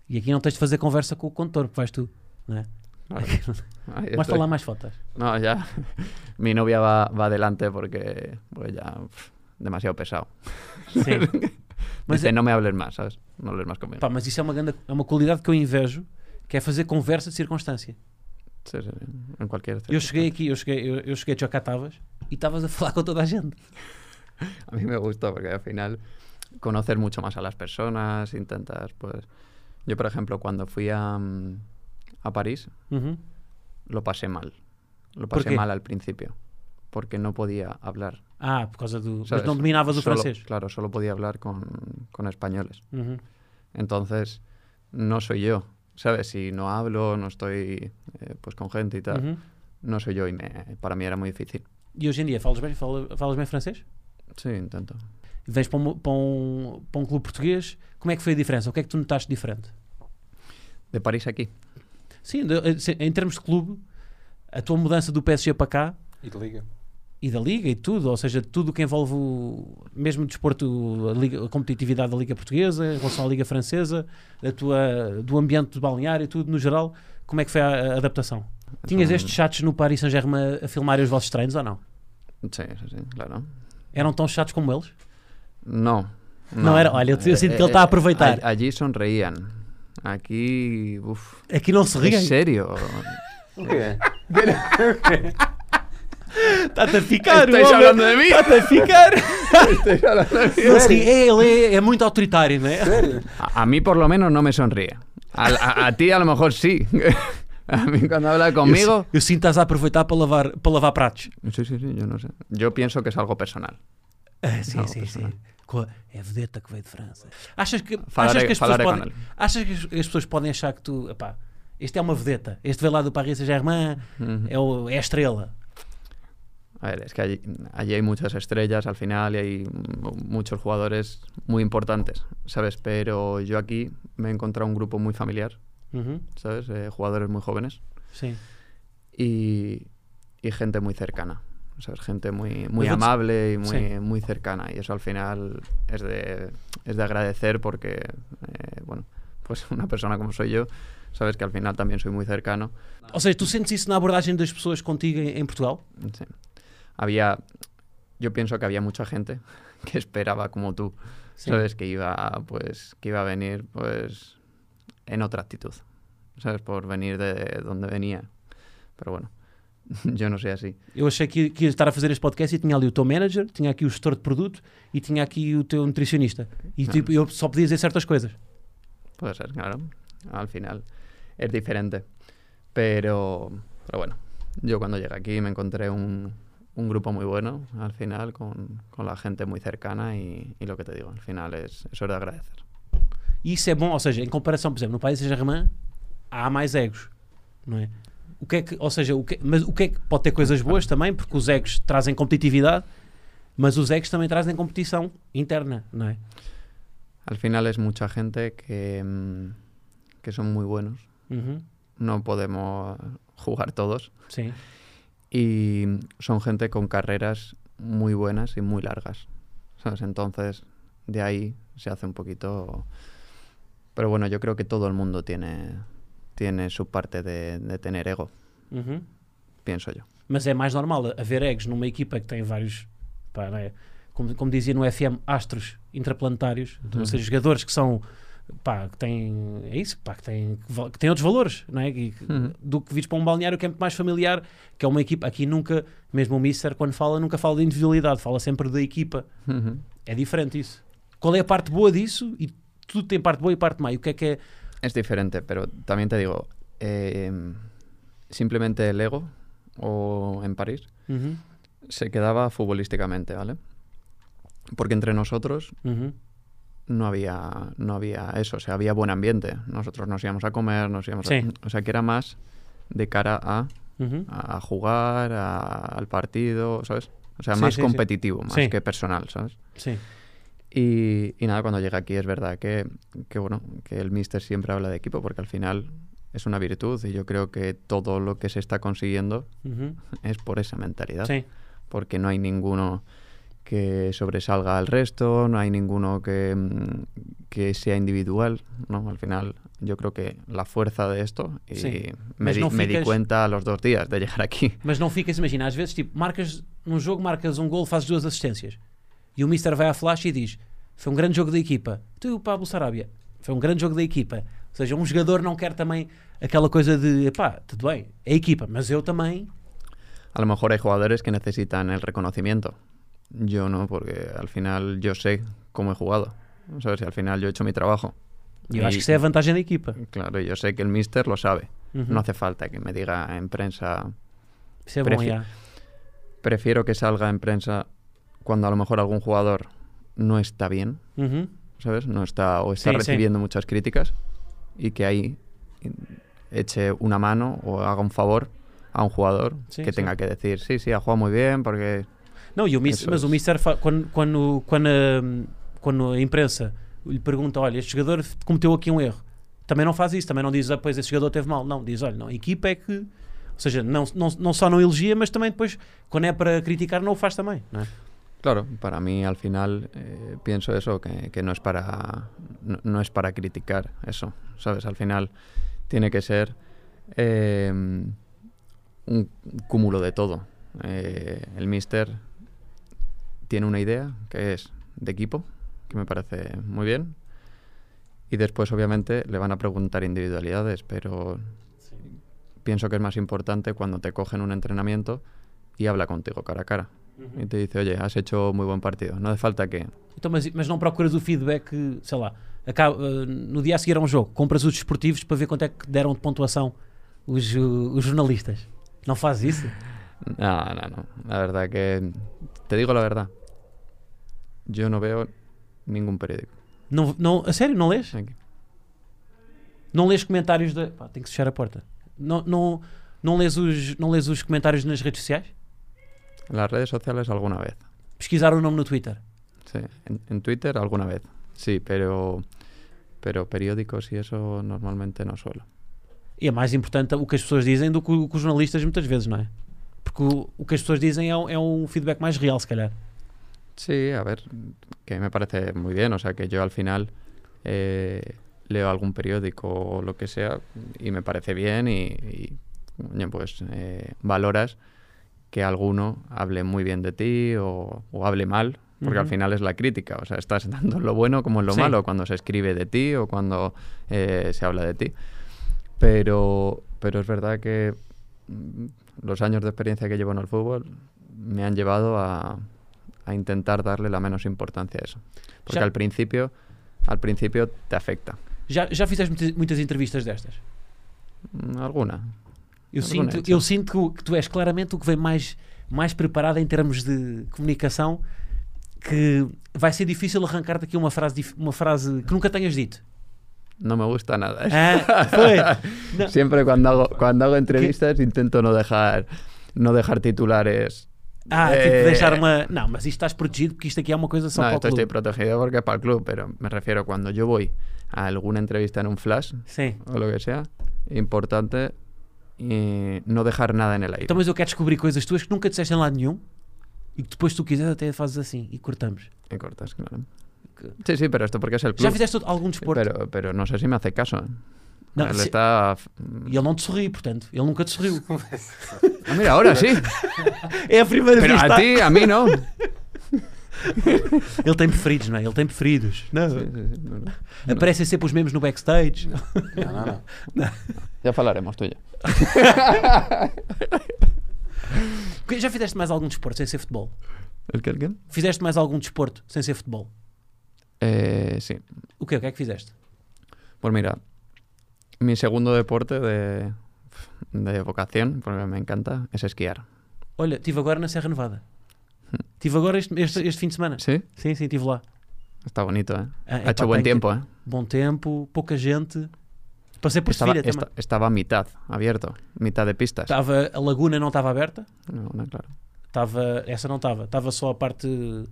S1: E aqui não tens de fazer conversa com o condutor, porque vais tu. Não é?
S2: Claro. Ahí
S1: Mostra
S2: estoy.
S1: lá mais [LAUGHS] fotos.
S2: No, ya. [LAUGHS] Mi novia va, va adelante porque, pues ya, pf, demasiado pesado.
S1: Sim. Mas
S2: Dice,
S1: é-
S2: no me hables más, ¿sabes? No hables más conmigo.
S1: Pá, mas isso é uma, grande, é uma qualidade que eu invejo, que é fazer conversa de circunstância.
S2: Sí, sí, sí, en cualquier
S1: Eu cheguei
S2: circunstancia.
S1: aqui, eu cheguei, eu, eu cheguei a Chocatavas e estavas a falar com toda a gente.
S2: [LAUGHS] A mí me gusta porque al final conocer mucho más a las personas, intentas, pues... Yo, por ejemplo, cuando fui a, mm, a París,
S1: Uhum.
S2: lo pasé mal. Lo
S1: ¿Por
S2: pasé
S1: qué?
S2: mal al principio, porque no podía hablar.
S1: Ah, por causa do... Mas
S2: ¿sabes?
S1: não dominavas o
S2: Solo-
S1: francês.
S2: Claro, solo podía hablar con, con españoles.
S1: Uhum.
S2: Entonces, no soy yo, ¿sabes? Si no hablo, no estoy eh, pues con gente y tal,
S1: Uhum.
S2: no soy yo y me- para mí era muy difícil.
S1: E hoje em dia, falas bem, fala- falas bem francês?
S2: Sí, intento.
S1: Vens para um, para, um, para um clube portugués, como é que foi a diferença? O que é que tu notaste diferente?
S2: De París aquí.
S1: Sim, de- eh, se- em termos de clube, a tua mudança do PSG para cá
S3: E te liga.
S1: e da Liga e tudo, ou seja, tudo o que envolve o, mesmo o desporto, a, liga- a competitividade da Liga Portuguesa em relação à Liga Francesa, da tua, do ambiente do balneário e tudo no geral, como é que foi a, a adaptação? Tinhas
S2: Mm,
S1: estes chatos no Paris Saint-Germain a, a filmarem os vossos treinos ou não?
S2: Sí, sí, sí, claro.
S1: Eram tão chatos como eles?
S2: No.
S1: No era- olha, eu te- eu sinto que ele
S2: Eh,
S1: tá a
S2: eh,
S1: aproveitar.
S2: all- Allí sonreían. Aquí. Uf.
S1: Aqui É não se
S2: ¿En
S1: riem, [LAUGHS]
S2: serio?
S3: O quê?
S1: está-te a ficar, o
S2: Estáis
S1: homem.
S2: hablando de mí.
S1: está-te a ficar.
S2: Estáis hablando de mí.
S1: Não se ri- é, ele é, é muito autoritário, não é?
S2: A, a mí, por lo menos, no me sonríe. Al- A, a ti, a lo mejor, sí. [LAUGHS] A mí, cuando habla
S1: Eu,
S2: conmigo.
S1: eu sinto que estás a aproveitar para lavar, para lavar pratos.
S2: Sí, sí, sí, yo no sé. Yo pienso que es algo personal.
S1: Ah, sim,
S2: Não,
S1: sim,
S2: pois não.
S1: sim. Com a- É a vedeta que veio de França. Achas que,
S2: Falarei-
S1: achas que, as, pessoas
S2: falarei com
S1: podem,
S2: ele.
S1: achas que as, as pessoas podem achar que tu, epá, este é uma vedeta, este veio lá do Paris Saint-Germain, é, o- é a estrela.
S2: A ver, es que allí, allí hay muchas estrellas al final y hay mm, muchos jugadores muy importantes, ¿sabes? Pero yo aquí me he encontrado un grupo muy familiar,
S1: Uhum,
S2: ¿sabes? Eh, jugadores muy jóvenes.
S1: Sim.
S2: y, y gente muy cercana. O sea, es gente muy, muy
S1: Yo creo que-
S2: amable y muy,
S1: Pues sí.
S2: muy cercana. Y eso al final es de, es de agradecer porque, eh, bueno, pues [LAUGHS] una persona como soy yo, sabes que al final también soy muy cercano.
S1: Ou seja, tu sentes isso na abordagem das pessoas contigo em, em Portugal?
S2: Sí. Había, yo pienso que había mucha gente [LAUGHS] que esperaba como tú,
S1: Sí.
S2: ¿sabes? Que iba, pues, que iba a venir, pues, en otra actitud, ¿sabes? Por venir de donde venía. Pero bueno, [LAUGHS] yo no soy así.
S1: Eu achei que, que ia estar a fazer este podcast e tinha ali o teu manager, tinha aqui o gestor de produto e tinha aqui o teu nutricionista. E tipo, eu só podia dizer certas coisas.
S2: Puede ser, claro. Al final es diferente. Pero, pero bueno, yo cuando llegué aquí me encontré un, un grupo muy bueno al final, con, con la gente muy cercana y, y lo que te digo, al final es, eso es de agradecer.
S1: E isso é bom, ou seja, em comparação, por exemplo, no País Saint-Germain há mais egos, não é? O que é que, ou seja, o que, mas o que é que pode ter coisas boas também, porque os egos trazem competitividade, mas os egos também trazem competição interna, não é?
S2: Al final es mucha gente que, mm, que son muy buenos.
S1: Uhum,
S2: No podemos jugar todos.
S1: Sim.
S2: Y son gente con carreras muy buenas y muy largas. ¿Sabes? Entonces, de ahí se hace un poquito. Pero bueno, yo creo que todo el mundo tiene, tiene su parte de, de tener ego,
S1: Uhum.
S2: pienso yo.
S1: Mas é mais normal haver egos numa equipa que tem vários, pá, não é? como, como dizia no FM, astros intraplanetários, ou seja, jogadores que são, pá, que têm, é isso, pá, que têm, que val- que têm outros valores, não é? E que-
S2: Uhum.
S1: Do que vires para um balneário que é muito mais familiar, que é uma equipa, aqui nunca, mesmo o Mister, quando fala, nunca fala de individualidade, fala sempre da equipa,
S2: Ujú.
S1: é diferente isso. Qual é a parte boa disso? E tudo tem parte boa e parte má, e o que é que é?
S2: Es diferente, pero también te digo, eh, simplemente el ego o en París
S1: Uhum,
S2: se quedaba futbolísticamente, ¿vale? Porque entre nosotros
S1: uhum,
S2: no había, no había eso, o sea, había buen ambiente. Nosotros nos íbamos a comer, nos íbamos
S1: Sí.
S2: a... O sea, que era más de cara a,
S1: uhum.
S2: a jugar, a- al partido, ¿sabes? O sea,
S1: Sí,
S2: más
S1: sí, sí.
S2: competitivo, más
S1: Sí.
S2: que personal, ¿sabes?
S1: Sim,
S2: Y, y nada, cuando llegué aquí es verdad que, que, bueno, que el míster siempre habla de equipo porque al final es una virtud y yo creo que todo lo que se está consiguiendo
S1: uhum,
S2: es por esa mentalidad
S1: sim,
S2: porque no hay ninguno que sobresalga al resto, no hay ninguno que, mm, que sea individual, ¿no? Al final yo creo que la fuerza de esto, y
S1: Sí.
S2: me,
S1: Mas
S2: di,
S1: no
S2: me di
S1: ficas-
S2: cuenta a los dos días de llegar aquí.
S1: Mas não ficas, imagina, às vezes, tipo, marcas num jogo, marcas um gol, fazes duas assistências. E o Mister vai à flash e diz: Foi um grande jogo da equipa. Tu e o Pablo Sarabia, foi um grande jogo da equipa. Ou seja, um jogador não quer também aquela coisa de pá, tudo bem, é a equipa, mas eu também.
S2: A lo mejor hay jugadores que necesitan el reconocimiento. Yo no, porque al final yo sé cómo he jugado. ¿Sabes? Y al final yo he hecho mi trabajo.
S1: E eu acho que isso é a vantagem da equipa.
S2: Claro, yo sé que el mister lo sabe.
S1: Uhum.
S2: No hace falta que me diga en prensa
S1: Isso é bom,
S2: Prefi-
S1: já.
S2: prefiero que salga en prensa cuando a lo mejor algún jugador no está bien,
S1: Uhum.
S2: ¿sabes? No está o está
S1: Sí, sí.
S2: recibiendo muchas críticas y que ahí eche una mano o haga un favor a un jugador
S1: Sí,
S2: que
S1: sí.
S2: tenga que decir, sí, sí, ha jugado muy bien porque...
S1: Não, e o Mister,
S2: Isso,
S1: mas o
S2: isso.
S1: Mister, fa- quando, quando, quando, a, quando a imprensa lhe pergunta: olha, este jogador cometeu aqui um erro, também não faz isso, também não diz, ah, pois, esse jogador teve mal. Não, diz, olha, não, a equipa é que. Ou seja, não, não, não só não elogia, mas também depois, quando é para criticar, não o faz também. Não é?
S2: Claro, para mí al final eh, pienso eso, que, que no, es para, no, no es para criticar eso, ¿sabes? Al final tiene que ser eh, un cúmulo de todo. Eh, el mister tiene una idea que es de equipo, que me parece muy bien, y después obviamente le van a preguntar individualidades, pero pienso que es más importante cuando te cogen un entrenamiento y habla contigo cara a cara. Y te dice, oye, has hecho muy buen partido. No hace falta que...
S1: Então, mas, mas não procuras o feedback, sei lá, acaba- eh, no dia a seguir a um jogo, compras os desportivos para ver quanto é que deram de pontuação os, uh, os jornalistas. Não faz isso?
S2: No, no, no. La verdad que... Te digo la verdad. Yo no veo ningún periódico.
S1: Não, não, a sério, não lês?
S2: Aquí.
S1: Não lês comentários da. Pá, tem que se fechar a porta. Não, não, não, lês os, não lês os comentários nas redes sociais?
S2: Las redes sociales alguna vez.
S1: Pesquisar o nome no Twitter.
S2: Sí. En, en Twitter alguna vez. Sí, pero... Pero periódicos y eso normalmente no suelo.
S1: E é mais importante o que as pessoas dizem do que, o- que os jornalistas muitas vezes, não é? Porque o, o que as pessoas dizem é, um- é um feedback mais real, se calhar.
S2: Sí, a ver, que me parece muy bien. O sea, que yo al final eh, leo algún periódico o lo que sea y me parece bien y, y, coño, pues eh, valoras que alguno hable muy bien de ti o, o hable mal, porque al
S1: Ujú.
S2: final es la crítica, o sea, estás tanto en lo bueno como en lo
S1: Sí.
S2: malo cuando se escribe de ti o cuando eh, se habla de ti. Pero, pero es verdad que mm, los años de experiencia que llevo en el fútbol me han llevado a, a intentar darle la menos importancia a eso. Porque
S1: Ya.
S2: al principio, al principio te afecta.
S1: Já, já fizeste muitas, muitas entrevistas destas?
S2: Mm, Alguna.
S1: Eu
S2: Mas
S1: sinto,
S2: bonito.
S1: eu sinto que o- que tu és claramente o que vem mais, mais preparado em termos de comunicação que vai ser difícil arrancar daqui uma frase, dif- uma frase que nunca tenhas dito.
S2: No me gusta nada.
S1: [LAUGHS]
S2: eso.
S1: Ah, foi. No.
S2: Siempre cuando hago, cuando hago entrevistas intento no dejar, no dejar titulares.
S1: Ah, tipo,
S2: Eh,
S1: deixar uma. Não, mas isto estás protegido porque isto aqui é uma coisa só
S2: No,
S1: para o
S2: esto estoy
S1: clube.
S2: protegido porque es para el club, pero me refiero cuando yo voy a alguna entrevista en un flash
S1: Sim.
S2: o lo que sea, importante eh, no dejar nada en el aire.
S1: Então, mas eu quero descobrir coisas tuas que nunca disseste em lado nenhum e que depois, se tu quiseres, até fazes assim e cortamos.
S2: Me cortas, claro.
S1: Que-
S2: Sí, sí, pero esto porque es el
S1: Já
S2: club.
S1: fizeste outro- algum desporto?
S2: Pero, pero no sé si me hace caso. ¿eh?
S1: Não,
S2: Él
S1: se-
S2: está...
S1: E ele não te sorri, portanto. Ele nunca te [LAUGHS] sorriu.
S2: Ah, mira, ahora [LAUGHS] sí.
S1: É a primeira
S2: Pero
S1: vez.
S2: a ti, a mí [LAUGHS] no.
S1: Ele tem preferidos, não é? Ele tem preferidos. Não.
S2: Sí, sí, sí, no, no.
S1: Aparecem sempre os mesmos no backstage.
S3: Não, não, não.
S2: Ya hablaremos [LAUGHS] tuyo.
S1: Que- Já fizeste mais algum desporto sem ser futebol?
S2: ¿El qué, el qué?
S1: Fizeste mais algum desporto sem ser futebol?
S2: Eh, sí.
S1: O que, o que é que fizeste?
S2: Pues mira, mi segundo deporte de, de vocación, porque me encanta, es esquiar.
S1: Olha, estive agora na Serra Nevada. Estive agora este, este, este fim de semana.
S2: Sí,
S1: Hum. Sim, sim, estive lá.
S2: está bonito, ¿eh?
S1: Ah,
S2: ha
S1: epá,
S2: hecho buen
S1: tem que-
S2: tiempo, ¿eh?
S1: Bom tempo, pouca gente. Passei por
S2: Estaba,
S1: Sevilha também.
S2: esta- estaba a mitad, abierto, mitad de pistas.
S1: Estava, a laguna não estava aberta.
S2: No, no, claro.
S1: Estava, essa não estava. Estava só a parte de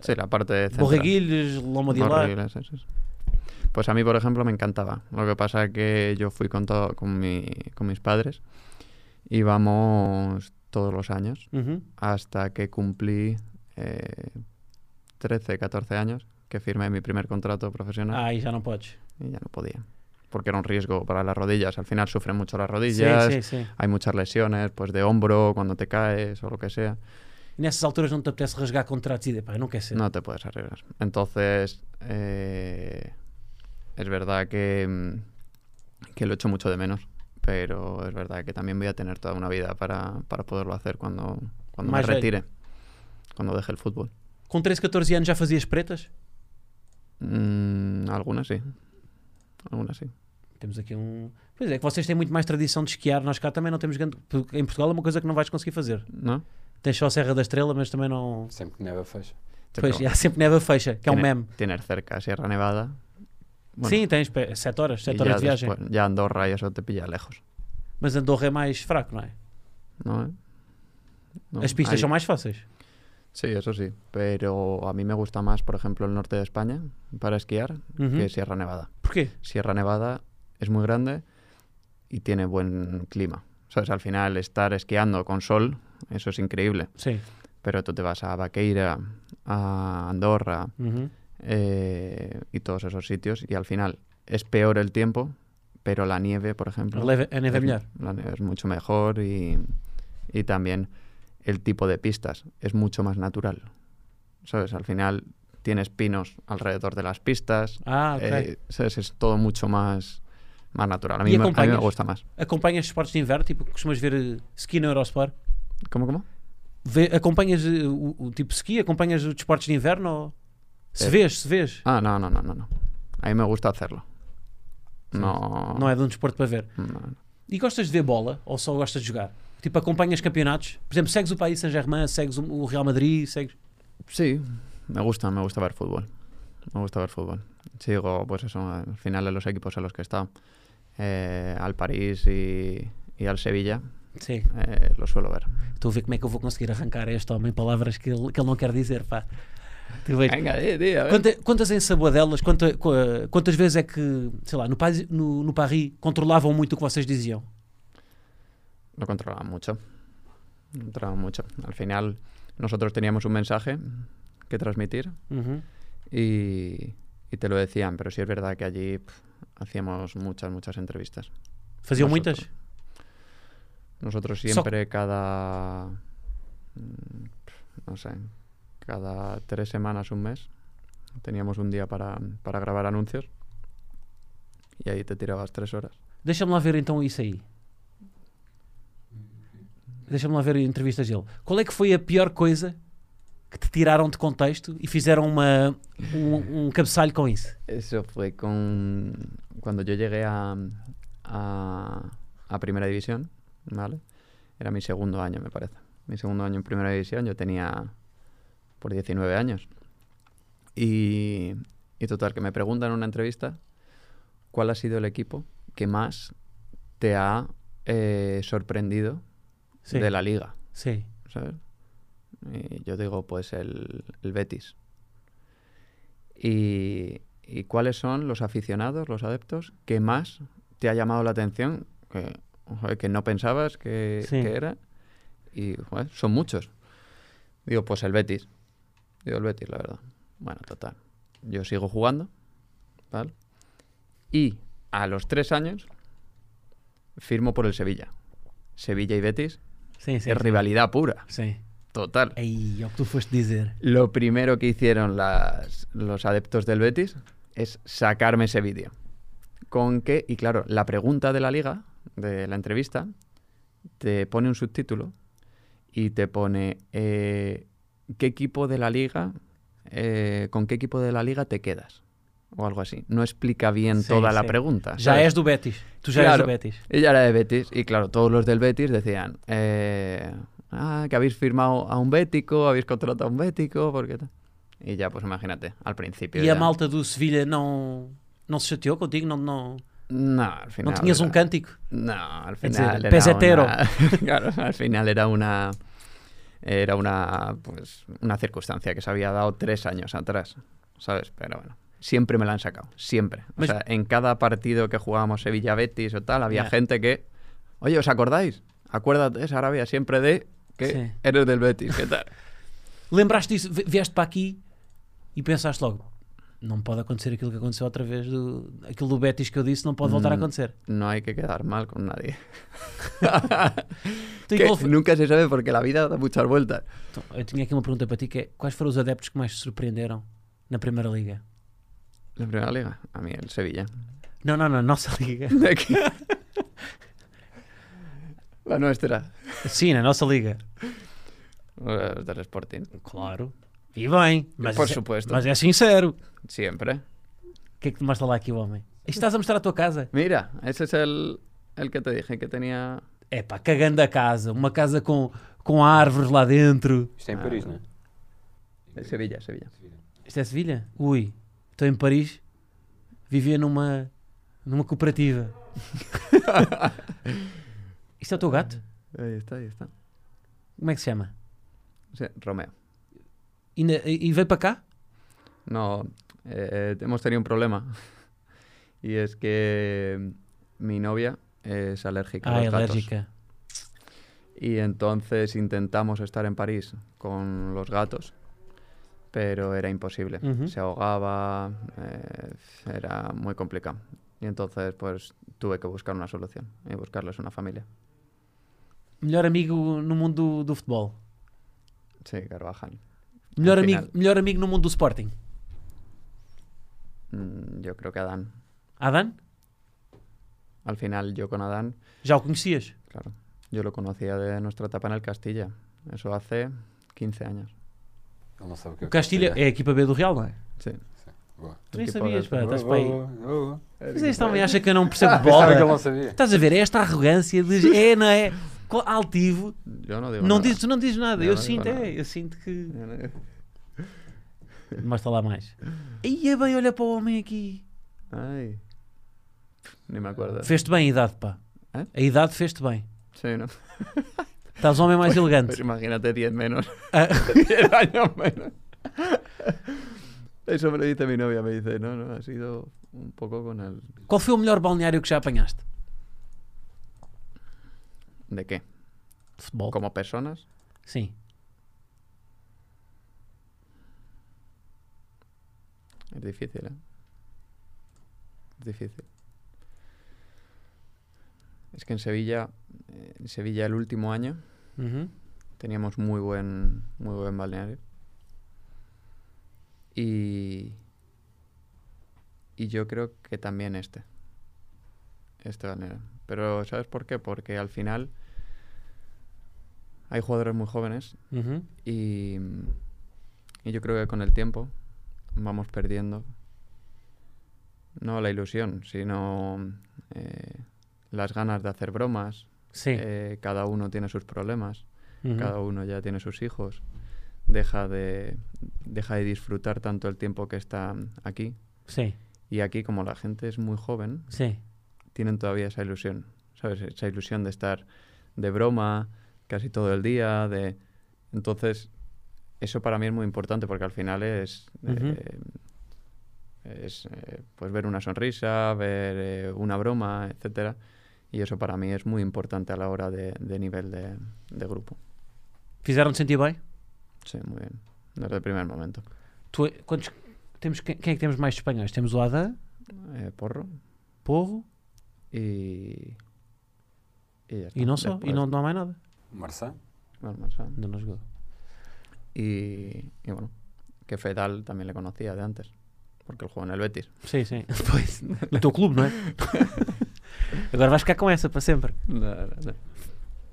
S2: Sí, la parte central.
S1: Borreguilhos, é Loma de Lá.
S2: Horrible, sí, sí, sí. Pues a mí, por ejemplo, me encantaba. Lo que pasa que yo fui con, todo, con, mi- con mis padres. Íbamos todos los años.
S1: Uhum.
S2: hasta que cumplí eh, 13, 14 años, que firmé mi primer contrato profesional
S1: Ah, aí já não podes.
S2: y ya no podía. Porque era un riesgo para las rodillas. Al final sufren mucho las rodillas,
S1: Sim, sim, sim.
S2: hay muchas lesiones pues de hombro cuando te caes o lo que sea.
S1: Nessas alturas não te apetece rasgar contratos e dizer, pá, não quer ser.
S2: No te puedes arriesgar. Entonces, eh, es verdad que, mm, que lo echo mucho de menos. Pero es verdad que también voy a tener toda una vida para, para poderlo hacer cuando, cuando me
S1: Más velho.
S2: retire, cuando deje el fútbol.
S1: Com 13, 14 anos já fazias pretas?
S2: Mm, algunas sí. Algunas sí.
S1: Temos aqui um. Pois é, que vocês têm muito mais tradição de esquiar, nós cá também não temos grande. porque Em Portugal é uma coisa que não vais conseguir fazer.
S2: ¿No?
S1: Tens só a Serra da Estrela, mas também não.
S3: Sempre que neva fecha.
S1: Pois, há sempre neva fecha, Pues que é um
S2: Tiene-
S1: meme.
S2: Tener cerca Sierra Nevada. bueno,
S1: Sim, tens 7 horas,
S2: y
S1: 7
S2: ya
S1: horas de viagem.
S2: después- ya Andorra y eso te pilla lejos.
S1: Mas Andorra é mais fraco, não é?
S2: ¿no? No,
S1: As pistas
S2: ahí-
S1: são mais fáceis.
S2: Sí, eso sí. Pero a mí me gusta más, por ejemplo, el norte de España para esquiar
S1: Uhum.
S2: que Sierra Nevada.
S1: Porquê?
S2: Sierra Nevada es muy grande y tiene buen clima. ¿Sabes? Al final, estar esquiando con sol, eso es increíble.
S1: Sim.
S2: Pero tú te vas a Vaqueira, a Andorra,
S1: Uhum.
S2: eh, y todos esos sitios. Y al final es peor el tiempo, pero la nieve, por ejemplo.
S1: A leve- a neve é
S2: es-
S1: melhor.
S2: La nieve es mucho mejor y, y también el tipo de pistas es mucho más natural. ¿Sabes? Al final tienes pinos alrededor de las pistas.
S1: Ah, ok.
S2: eh, ¿sabes? Es todo mucho más, más natural. A
S1: ¿Y
S2: mí, me, a mí me
S1: acompañas?
S2: gusta más.
S1: Acompanhas esportes de inverno, tipo, costumas ver eh, ski no Eurosport?
S2: ¿Cómo, cómo?
S1: Vê- acompanhas eh, o, o tipo ski? Acompanhas os desportos de inverno? Ou... Se
S2: Eh,
S1: vês, se vês.
S2: Ah, no, no, no, no. no. A mí me gusta hacerlo.
S1: Sí,
S2: No.
S1: Não é de um desporto para ver.
S2: no.
S1: E gostas de ver bola ou só gostas de jogar? Tipo, acompanhas campeonatos? Por exemplo, segues o Paris Saint-Germain, segues o- o Real Madrid, segues...
S2: Sí, me gusta, me gusta ver fútbol. Me gusta ver fútbol. Sigo, pues eso, al final de los equipos en los que he estado. Eh, al París y, y al Sevilla,
S1: Sim.
S2: eh, lo suelo ver.
S1: Estou a ver como é que eu vou conseguir arrancar a este homem palavras que ele, que ele não quer dizer, pá. Tu vês.
S2: Venga, tío, tío.
S1: Quanta- quantas em Saboadelas, quanta- qua- quantas vezes é que, sei lá, no, Pais- no, no Paris controlavam muito o que vocês diziam?
S2: Lo controlaban mucho. Lo controlaban mucho. Al final, nosotros teníamos un mensaje que transmitir
S1: Uhum.
S2: y, y te lo decían, pero sí es verdad que allí pf, hacíamos muchas, muchas entrevistas.
S1: Faziam
S2: Nós
S1: muitas?
S2: Nosotros
S1: Só-
S2: siempre, cada, mm, pf, no sé, cada tres semanas, un mes, teníamos un día para, para grabar anuncios y ahí te tirabas tres horas.
S1: Deixa-me lá ver então isso aí. Deixa-me lá ver entrevistas dele. Qual é que foi a pior coisa que te tiraram de contexto e fizeram uma, um, um cabeçalho com isso?
S2: Eso fue con cuando yo llegué a, a- a Primera División, ¿vale? Era mi segundo año, me parece. Mi segundo año en Primera División, yo tenía por 19 años. Y, y total, que me preguntan en una entrevista cuál ha sido el equipo que más te ha eh, sorprendido
S1: Sim.
S2: de la liga,
S1: Sim.
S2: ¿sabes? Y yo digo, pues el, el Betis. Y, y cuáles son los aficionados, los adeptos, que más te ha llamado la atención? Que, joder, que no pensabas que,
S1: Sí.
S2: que era. Y joder, son muchos. Digo, pues el Betis. Digo, el Betis, la verdad. Bueno, total. Yo sigo jugando. ¿vale? Y a los tres años firmo por el Sevilla. Sevilla y Betis
S1: Sim, sim.
S2: es rivalidad pura.
S1: Sim.
S2: Total.
S1: Aí, é o que tu foste dizer.
S2: Lo primero que hicieron las- los adeptos del Betis es sacarme ese vídeo. Con que, y claro, la pregunta de la liga, de la entrevista, te pone un subtítulo y te pone eh, qué equipo de la liga, eh, con qué equipo de la liga te quedas. O algo así. No explica bien
S1: Sí,
S2: toda la
S1: sí.
S2: pregunta.
S1: Já
S2: ¿sabes?
S1: és do Betis. Tu já és
S2: Ah, Claro.
S1: do Betis.
S2: Ella era de Betis y claro, todos los del Betis decían, eh, ah, que habéis firmado a un bético, habéis contratado a un bético, porque tal". Y ya, pues imagínate, al principio...
S1: E a
S2: ya-
S1: malta do Sevilha não, não se chateou contigo? Não, não,
S2: No, al final...
S1: não tinhas um un
S2: era-
S1: cántico?
S2: No, al
S1: Es decir,
S2: final... era
S1: pesetero.
S2: una- [LAUGHS] claro, al final era una... Era una, pues, una circunstancia que se había dado tres años atrás, ¿sabes? Pero bueno, siempre me la han sacado, siempre. O
S1: Mas-
S2: sea, en cada partido que jugábamos Sevilla-Betis o tal, había
S1: Pues Ya.
S2: gente que... Oye, ¿os acordáis? Acuérdate, Sarabia, siempre de que
S1: Sí.
S2: eres del Betis, ¿qué tal? [LAUGHS]
S1: Lembraste disso? Vi- Vieste para aqui e pensaste logo: não pode acontecer aquilo que aconteceu outra vez, do, aquilo do Betis que eu disse, não pode voltar a
S2: Hum.
S1: acontecer.
S2: No hay que quedar mal con
S1: [LAUGHS]
S2: nadie.
S1: Então, e
S2: [LAUGHS] Que
S1: qual foi-
S2: nunca se sabe porque la vida da muchas vueltas.
S1: Então, eu tinha aqui uma pergunta para ti: que é, quais foram os adeptos que mais te surpreenderam na Primeira Liga?
S2: La primera liga, a mí el Sevilla.
S1: Não, não, na nossa Liga.
S2: De aquí. La nuestra.
S1: [LAUGHS] Sim, na nossa Liga.
S2: Los del Sporting.
S1: Claro. E bem, mas,
S2: Por
S1: isso é-
S2: supuesto.
S1: mas é sincero.
S2: Siempre.
S1: O que é que te mostra lá aqui o homem? Isto estás a mostrar a tua casa?
S2: Mira, ese es el, el que te dije que tenía.
S1: É pá, cagando a casa, uma casa com, com árvores lá dentro.
S3: Isto é em Paris,
S2: Ah.
S3: não é?
S2: el Sevilla, Sevilla.
S1: Isto é Sevilha? Ui, estou em Paris, vivia numa, numa
S3: [LAUGHS]
S1: cooperativa. Isto é o teu gato?
S2: Ahí está, ahí está.
S1: Como é que se chama?
S2: Sí, Romeo.
S1: E, na- e veio para cá?
S2: No, eh, hemos tenido un problema. [LAUGHS] Y es que mi novia es alérgica
S1: Ah,
S2: a
S1: é
S2: los gatos.
S1: alérgica.
S2: Y entonces intentamos estar en París con los gatos, pero era imposible.
S1: Ujú.
S2: Se ahogaba, eh, era muy complicado. Y entonces pues tuve que buscar una solución y buscarles una familia.
S1: Melhor amigo no mundo do, do futebol.
S2: Sí, Carvajal.
S1: Melhor
S2: Al
S1: amigo,
S2: final.
S1: melhor amigo no mundo do Sporting.
S2: Mm, Yo creo que Adán.
S1: Adan?
S2: Al final yo con Adán,
S1: Já o conhecias?
S2: claro, yo lo conocía de nuestra etapa en el Castilla. Eso hace 15 años.
S3: Ele não sabe o que
S1: O Castilha é a equipa B do Real, não é?
S2: Sí.
S3: Sim. Boa.
S1: Tu nem
S2: Equipo
S1: sabias,
S2: de-
S1: pá, estás para
S3: Boa,
S1: aí.
S3: boa, boa, boa.
S1: Mas este homem acha que eu não percebo
S3: Ah, [LAUGHS] Pensava que ele
S1: bola.
S3: não sabia.
S1: Estás a ver? É esta arrogância de é, não é? Co- Altivo.
S2: Yo no digo
S1: Não
S2: nada.
S1: diz, tu não dizes nada.
S2: Eu
S1: Eu
S2: não digo
S1: sinto,
S2: nada.
S1: é, eu sinto que.
S2: Yo no digo-
S1: Mostra lá mais. E é bem, olha para o homem aqui.
S2: Ay. Ni me acuerdo.
S1: Fez-te bem a idade, pá.
S2: Hã?
S1: A idade fez-te bem.
S2: Sí, ¿no?
S1: Estás o homem mais
S2: Pues
S1: elegante.
S2: imagínate 10 menos. [LAUGHS]
S1: Ah.
S2: 10 años menos. Eso me lo dice mi novia, me dice, no, no, ha sido un poco con el...
S1: Qual foi o melhor balneário que já apanhaste?
S2: ¿De qué?
S1: De futebol.
S2: ¿Como personas?
S1: Sim.
S2: Es difícil, ¿eh? Es difícil. Es que en Sevilla, eh, en Sevilla el último año,
S1: Uhum.
S2: Teníamos muy buen, muy buen balneario. Y, y yo creo que también este. Este balneario. Pero ¿sabes por qué? Porque al final hay jugadores muy jóvenes
S1: Ujú.
S2: y, y yo creo que con el tiempo vamos perdiendo no la ilusión, sino eh, las ganas de hacer bromas.
S1: Sí.
S2: Eh, cada uno tiene sus problemas,
S1: Ujú.
S2: cada uno ya tiene sus hijos. Deja de, deja de disfrutar tanto el tiempo que está aquí.
S1: Sí,
S2: Y aquí, como la gente es muy joven,
S1: sí.
S2: tienen todavía esa ilusión, ¿sabes? Esa ilusión de estar de broma casi todo el día, de... Entonces, eso para mí es muy importante porque al final es...
S1: Ujú.
S2: eh, es eh, pues ver una sonrisa, ver eh, una broma, etcétera. Y eso para mí es muy importante a la hora de, de nivel de, de grupo.
S1: Fizeram-te sentir bem?
S2: Sí, muy bien. Desde el primer momento.
S1: Tu, quantos, temos, quem, quem é que temos mais de espanhóis? Temos o Adã,
S2: Eh, porro
S1: Porro
S2: y... Y,
S1: e
S2: ya está.
S1: não só. E
S2: Después,
S1: não, não há mais nada.
S3: Marçã?
S2: bueno, más o menos.
S1: Ainda não jogou.
S2: Y, y bueno, que Fedal también le conocía de antes, porque él jugó en el Betis.
S1: Sim, sim. Pois. No teu clube, não é?
S2: [LAUGHS]
S1: Agora vais ficar com essa para sempre.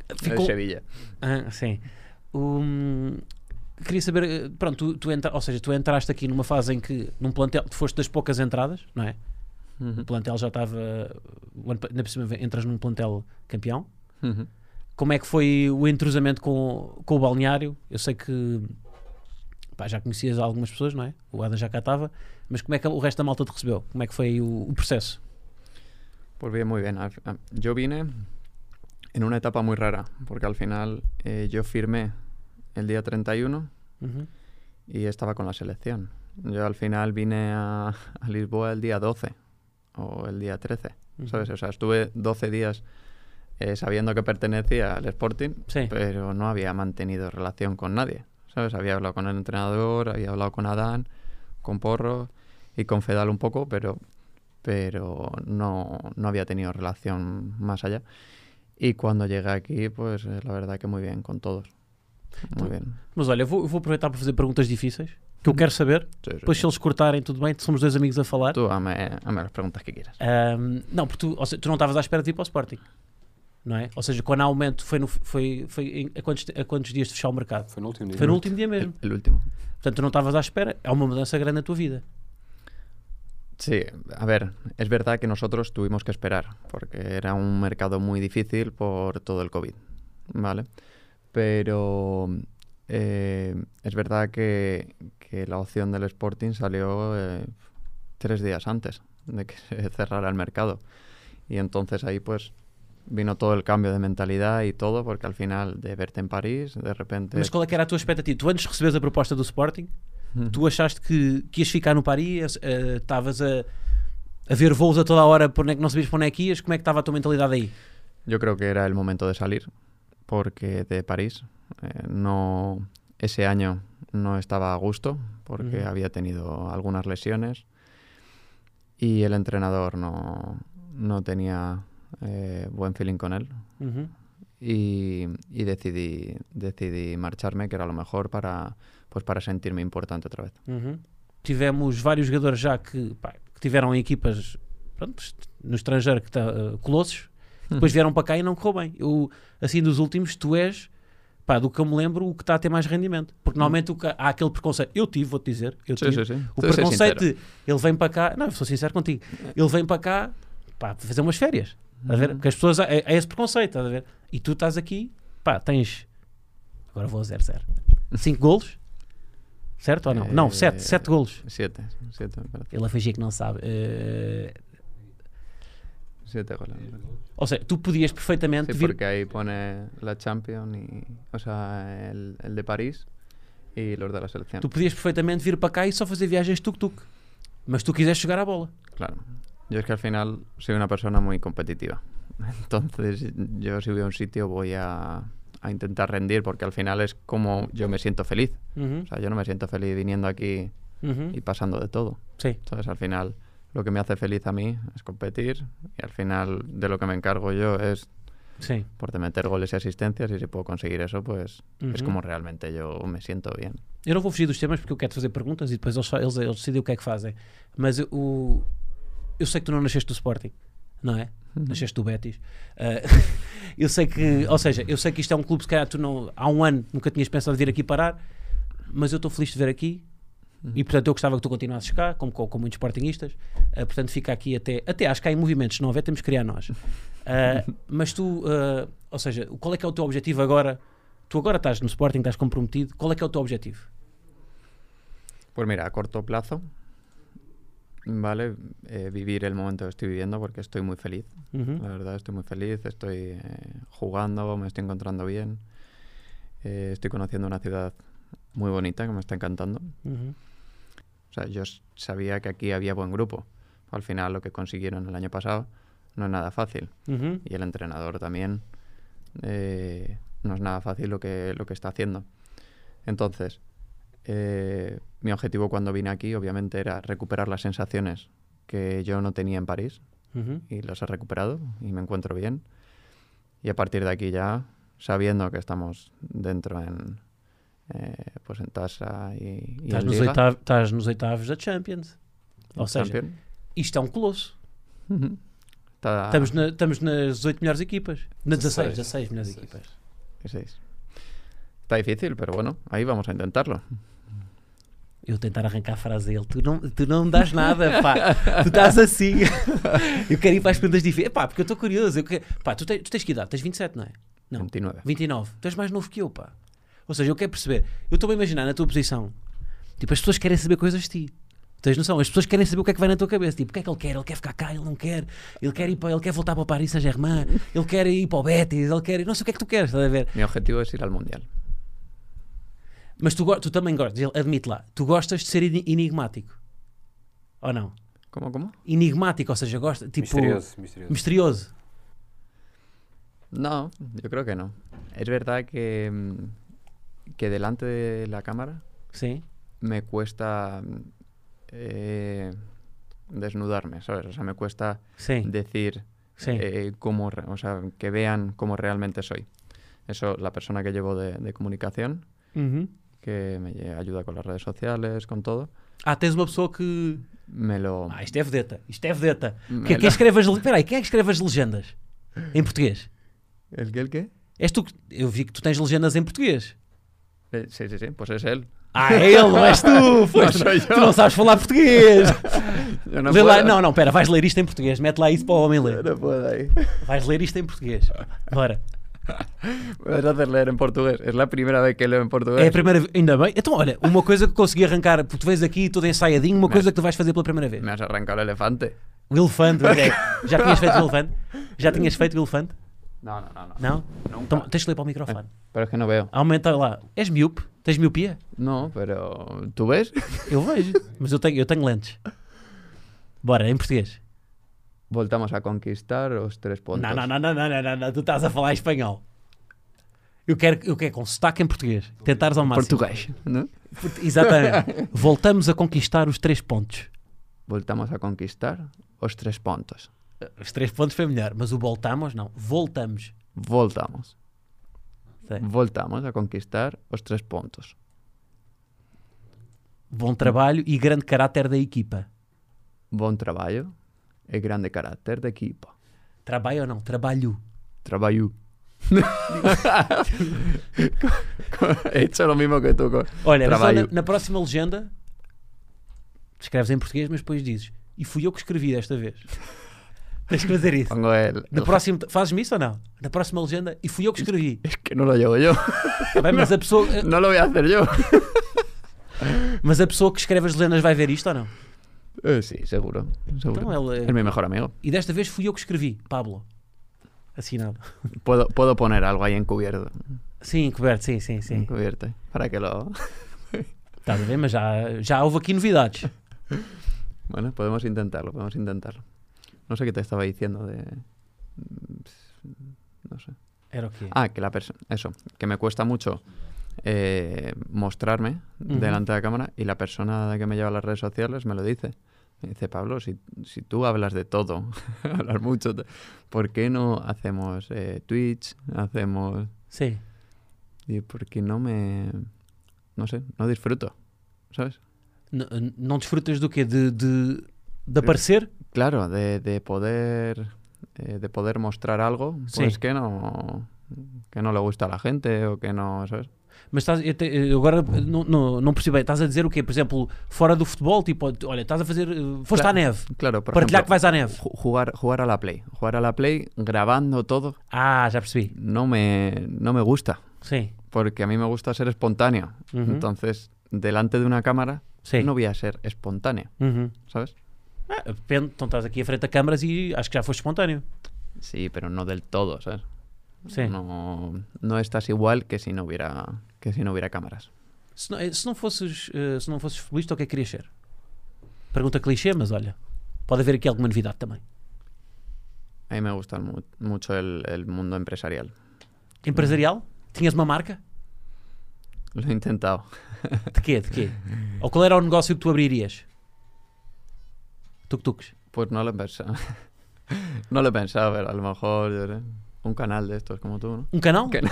S2: En Sevilla.
S1: Ah, sim. Hum, queria saber, eh, pronto, tu, tu entra, ou seja, tu entraste aqui numa fase em que num plantel, tu foste das poucas entradas, não é? O plantel já estava, o ano pa- ainda por cima entras num plantel campeão.
S2: Pues, Ujú.
S1: Como é que foi o entrosamento com, com o balneário? Eu sei que pá, já conhecias algumas pessoas, não é? O Adam já cá estava, mas como é que o resto da malta te recebeu? Como é que foi o, o processo?
S2: Pues bien, muy bien. Al- a- Yo vine en una etapa muy rara, porque al final eh, yo firmé el día 31
S1: Uhum.
S2: y estaba con la selección. Yo al final vine a, a Lisboa el día 12 o el día 13,
S1: Uhum.
S2: ¿sabes? O sea, estuve 12 días eh, sabiendo que pertenecía al Sporting,
S1: Sí.
S2: pero no había mantenido relación con nadie, ¿sabes? Había hablado con el entrenador, había hablado con Adán, con Porro y con Fedal un poco, pero, pero no, no había tenido relación más allá. Y cuando llegué aquí, pues eh, la verdad que muy bien con todos. Muy bien.
S1: Mas olha, eu vou, eu vou aproveitar para fazer perguntas difíceis que eu quero saber.
S2: Sí, sí,
S1: Depois,
S2: sí.
S1: se eles cortarem, tudo bem, somos dois amigos a falar.
S2: Tú hazme, hazme las preguntas que quieras.
S1: Ahm, não, porque tu, ou seja, tu não estavas à espera de ir para o Sporting, não é? Ou seja, quando há aumento, foi, no, foi, foi em- a, quantos, a quantos dias de fechar o mercado?
S3: Foi no último dia.
S1: Foi no último dia mesmo.
S2: El, el último.
S1: Portanto, tu não estavas à espera. É uma mudança grande na tua vida.
S2: Sí, a ver, es verdad que nosotros tuvimos que esperar, porque era un mercado muy difícil por todo el COVID, ¿vale? Pero eh, es verdad que, que la opción del Sporting salió eh, tres días antes de que [LAUGHS] se cerrara el mercado. Y entonces ahí pues vino todo el cambio de mentalidad y todo, porque al final de verte en París, de repente... [LAUGHS]
S1: Mas qual é que era a tua expectativa? Tu antes de receberes a proposta do Sporting,
S2: Ujú.
S1: tu achaste que, que ias ficar no Paris, eh, estavas a, a ver voos a toda a hora, por onde é que não sabias para onde é que ias, como é que estava a tua mentalidade aí?
S2: Yo creo que era el momento de salir, porque de París eh, no ese año no estaba a gusto, porque
S1: Ujú.
S2: había tenido algunas lesiones y el entrenador no, no tenía eh, buen feeling con él
S1: Uhum.
S2: y, y decidí, decidí marcharme, que era lo mejor para, pues para sentirme importante otra vez.
S1: Uhum. Tivemos vários jogadores já que, pá, que tiveron em equipas pronto, est- no estrangeiro que tá, eh, colossos, depois vieram para cá e não correu bem. Eu, assim, dos últimos, tu és, pá, do que eu me lembro, o que está a ter mais rendimento. Porque normalmente o que há há aquele preconceito. Eu tive, vou-te dizer, eu
S2: Sí,
S1: tive.
S2: sí, sí.
S1: O
S2: Tú sé
S1: preconceito
S2: Então, sincero.
S1: de ele vem para cá, não, eu sou sincero contigo, ele vem para cá pá, para fazer umas férias. Estás a ver? Porque as pessoas é, é esse preconceito, estás a ver? E tu estás aqui, pá, tens agora vou a 0-0. 5 golos, certo ou não? Não,
S2: Eh,
S1: 7, 7 golos.
S2: Siete, siete, me parece.
S1: Ele a fingir que não sabe. Eh,
S2: Siete goles. me parece.
S1: ou seja, tu podias perfeitamente
S2: Sí,
S1: vir.
S2: porque ahí pone la Champions y. O sea, el, el de París y los de la selección.
S1: Tu podias perfeitamente vir para cá e só fazer viagens tuk-tuk. Mas tu quiseste jogar à bola.
S2: Claro. Yo es que al final soy una persona muy competitiva. [LAUGHS] Entonces, yo si voy a un sitio voy a, a intentar rendir porque al final es como yo me siento feliz.
S1: Uhum,
S2: O sea, yo no me siento feliz viniendo aquí
S1: uhum.
S2: y pasando de todo.
S1: Sim.
S2: Entonces, al final, lo que me hace feliz a mí es competir y al final de lo que me encargo yo es
S1: Sí.
S2: por meter goles y asistencias y si puedo conseguir eso, pues es
S1: Ujú.
S2: como realmente yo me siento bien.
S1: Eu não vou fugir dos temas porque eu quero te fazer perguntas e depois eles, fa- eles, eles decidem o que é que fazem. Mas o, eu sei que tu não nasceste do Sporting, não é? Nasceste do Betis. Ah, [LAUGHS] eu sei que, ou seja, eu sei que isto é um clube, se calhar tu não, há um ano nunca tinhas pensado vir aqui parar, mas eu estou feliz de ver aqui e portanto eu gostava que tu continuasses cá, como com, com muitos Sportingistas. Ah, portanto fica aqui até, até acho que há em movimentos, se não houver, temos que criar nós. Ah, mas tu, ah, ou seja, qual é que é o teu objetivo agora? Tu agora estás no Sporting, estás comprometido, qual é que é o teu objetivo?
S2: Pues mira, a corto plazo, ¿vale? Eh, vivir el momento que estoy viviendo porque estoy muy feliz.
S1: Uhum.
S2: La verdad, estoy muy feliz, estoy eh, jugando, me estoy encontrando bien. Eh, estoy conociendo una ciudad muy bonita que me está encantando.
S1: Uhum.
S2: O sea, yo s- sabía que aquí había buen grupo. Al final, lo que consiguieron el año pasado no es nada fácil.
S1: Uhum.
S2: y el entrenador también eh, no es nada fácil lo que, lo que está haciendo. Entonces, eh, mi objetivo cuando vine aquí obviamente era recuperar las sensaciones que yo no tenía en París
S1: Uhum.
S2: y las he recuperado y me encuentro bien. Y a partir de aquí ya, sabiendo que estamos dentro en, eh, pues en tasa y, y
S1: Estás,
S2: en
S1: nos
S2: Liga,
S1: oitavos, estás nos oitavos da Champions.
S2: en
S1: Ou seja,
S2: Champions.
S1: isto é um colosso.
S2: Ujú. Está-
S1: Estamos, na- estamos nas 18 melhores equipas. Na 16, 16 melhores
S3: Dezesseis.
S1: equipas.
S2: ese es. Está difícil, pero bueno, ahí vamos a intentarlo.
S1: Eu tentar arrancar a frase dele. Tu não, tu não me das nada, pá. tu estás assim. eu quero ir para as perguntas difíceis. Pá, porque eu estou curioso. Eu quero... Pá, tu, te, tu tens que idade? Tens 27, não é? Não.
S2: 29.
S1: 29. Tu és mais novo que eu, pá. Ou seja, eu quero perceber. Eu estou a imaginar na tua posição. Tipo, as pessoas querem saber coisas de ti. Tens noção? As pessoas querem saber o que é que vai na tua cabeça. Tipo, o que é que ele quer? Ele quer ficar cá, ele não quer. Ele quer ir para, ele quer voltar para o Paris Saint-Germain. Ele quer ir para o Betis. Ele quer ir... Não sei o que é que tu queres, estás a ver?
S2: Mi objetivo es ir al mundial.
S1: Mas tu, go- tu também gostas, ele- admite lá, tu gostas de ser eni- enigmático. Ou não?
S2: ¿Cómo, cómo?
S1: Enigmático, ou seja, gosta, tipo...
S3: Misterioso, misterioso.
S1: Misterioso.
S2: No, yo creo que no. Es verdad que, mm, que delante de la cámara
S1: Sim.
S2: me cuesta mm, eh, desnudarme, ¿sabes? O sea, me cuesta
S1: Sim.
S2: decir
S1: Sim.
S2: eh, cómo, re- o sea, que vean cómo realmente soy. Eso, la persona que llevo de, de comunicación,
S1: Uhum.
S2: que me lle- ayuda con las redes sociales, con todo,
S1: Ah, tens uma pessoa que...
S2: me lo...
S1: Ah, isto é vedeta, isto é vedeta.
S2: me
S1: Quem,
S2: lo-
S1: quem escreve as, le- peraí, quem é que escreve as legendas em português?
S2: ¿El qué, el qué?
S1: És tu que- Eu vi que tu tens legendas em português.
S2: Eh, sí, sí, sí, pues es él.
S1: Ah, é ele, és tu! Pois, tu-
S2: sou
S1: tu
S2: eu.
S1: não sabes falar português!
S2: Yo
S1: Lê lá-
S2: puedo.
S1: não, não, pera, vais ler isto em português, mete lá isso para o homem ler.
S2: No puedo ahí.
S1: Vais ler isto em português. Bora.
S2: Me vas a hacer leer en portugués. Es la primera vez que leo en portugués.
S1: É a primeira vez, ainda bem. Então, olha, uma coisa que consegui arrancar, porque tu vês aqui todo ensaiadinho, uma coisa que tu vais fazer pela primeira vez.
S2: Me has arrancado el elefante.
S1: O elefante, onde é? já tinhas feito o elefante? Já tinhas feito o elefante?
S2: No, no, no. no.
S1: Não? Então, tens de ler para o microfone.
S2: Pero es que no veo.
S1: Aumenta lá. És miúpe? Tens miopia?
S2: No, pero. ¿Tú ves?
S1: Eu vejo, mas eu tenho, eu tenho lentes. Bora, em portugués.
S2: Voltamos a conquistar los tres puntos.
S1: Não, não, não, não, não, não, não, não, tu estás a falar em espanhol. Eu quero, eu quero com sotaque em português. Tentares ao máximo.
S2: Portugués. ¿no?
S1: Port- [LAUGHS] Exatamente. Voltamos a conquistar os três pontos.
S2: Voltamos a conquistar los tres puntos.
S1: Os três pontos foi melhor, mas o voltamos não. Voltamos.
S2: Voltamos.
S1: Sim.
S2: Voltamos a conquistar los tres puntos.
S1: Bom trabalho e grande caráter da equipa.
S2: Buen trabajo. El grande carácter de equipo.
S1: Trabalho ou não? Trabalho.
S2: Trabajo. [LAUGHS] He hecho lo mismo que tú. con-
S1: Olha, mas
S2: Trabalho.
S1: olha, na próxima legenda escreves em português, mas depois dizes e fui eu que escrevi desta vez. [LAUGHS] Tens que fazer isso.
S2: Pongo el.
S1: No
S2: el-
S1: próximo, fazes-me isso ou não? Na próxima legenda, e fui eu que [LAUGHS] escrevi.
S2: Es que no lo llevo yo. [LAUGHS]
S1: Tá bem, mas, a pessoa,
S2: No lo voy a hacer yo.
S1: mas a pessoa que escreve as legendas vai ver isto ou não?
S2: Eh, sí, seguro. seguro.
S1: Então ele-
S2: Es mi mejor amigo.
S1: E desta vez fui eu que escrevi, Pablo. Assinado.
S2: Puedo, puedo poner algo ahí encubierto.
S1: Sim, coberto, sim, sim, sim.
S2: Encubierto. Para que lo.
S1: Estás a ver, mas já, já houve aqui novidades.
S2: Bueno, podemos intentarlo, podemos intentarlo. No sé qué te estaba diciendo de. No sé.
S1: Era o quê?
S2: Ah, que la persona. Eso, que me cuesta mucho eh, mostrarme
S1: Ujú.
S2: delante de la cámara y la persona que me lleva a las redes sociales me lo dice. Me dice, Pablo, si, si tú hablas de todo, [LAUGHS] hablas mucho, te- ¿por qué no hacemos eh, Twitch? Hacemos...
S1: Sí.
S2: Y porque no me... No sé, no disfruto, ¿sabes?
S1: N- n- ¿No disfrutas do quê? De, de, de aparecer?
S2: Claro, de, de poder eh, de poder mostrar algo pues
S1: Sí.
S2: que no que no le gusta a la gente o que no, ¿sabes?
S1: Mas estás, eu te- eu agora não, não, não percebi bem. Estás a dizer o quê? Por exemplo, fora do futebol, tipo, olha, estás a fazer. eh, Foste
S2: Claro.
S1: à neve.
S2: Claro, por
S1: Partilhar que
S2: ejemplo,
S1: vais à neve.
S2: ju- jugar jugar a la Play, jugar a la Play grabando todo
S1: Ah, já percebi.
S2: no me no me gusta,
S1: Sim.
S2: porque a mí me gusta ser espontáneo.
S1: Ujú.
S2: Entonces, delante de una cámara
S1: Sim.
S2: no voy a ser espontáneo,
S1: Uhum.
S2: ¿sabes?
S1: Ah, depende. Então estás aqui à frente a câmaras e acho que já foste espontâneo.
S2: Sí, pero no del todo, ¿sabes?
S1: Sim.
S2: No, no estás igual que si no hubiera que si no hubiera cámaras.
S1: Se, não, eh, se não fosses, eh, se não fosses futebolista, o que é que querias ser? Pergunta clichê, mas olha, pode haver aqui alguma novidade também.
S2: A mí me gusta mu- mucho el, el mundo empresarial.
S1: Empresarial? Tinhas uma marca?
S2: Lo he intentado.
S1: De quê? De [LAUGHS] quê? Ou qual era o negócio que tu abririas? Tuk-tuks.
S2: Pues no lo he pensado. [LAUGHS] no lo he pensado, pero a lo mejor yo qué sé, un canal de estos como tú, ¿no?
S1: Um canal?
S2: Que no.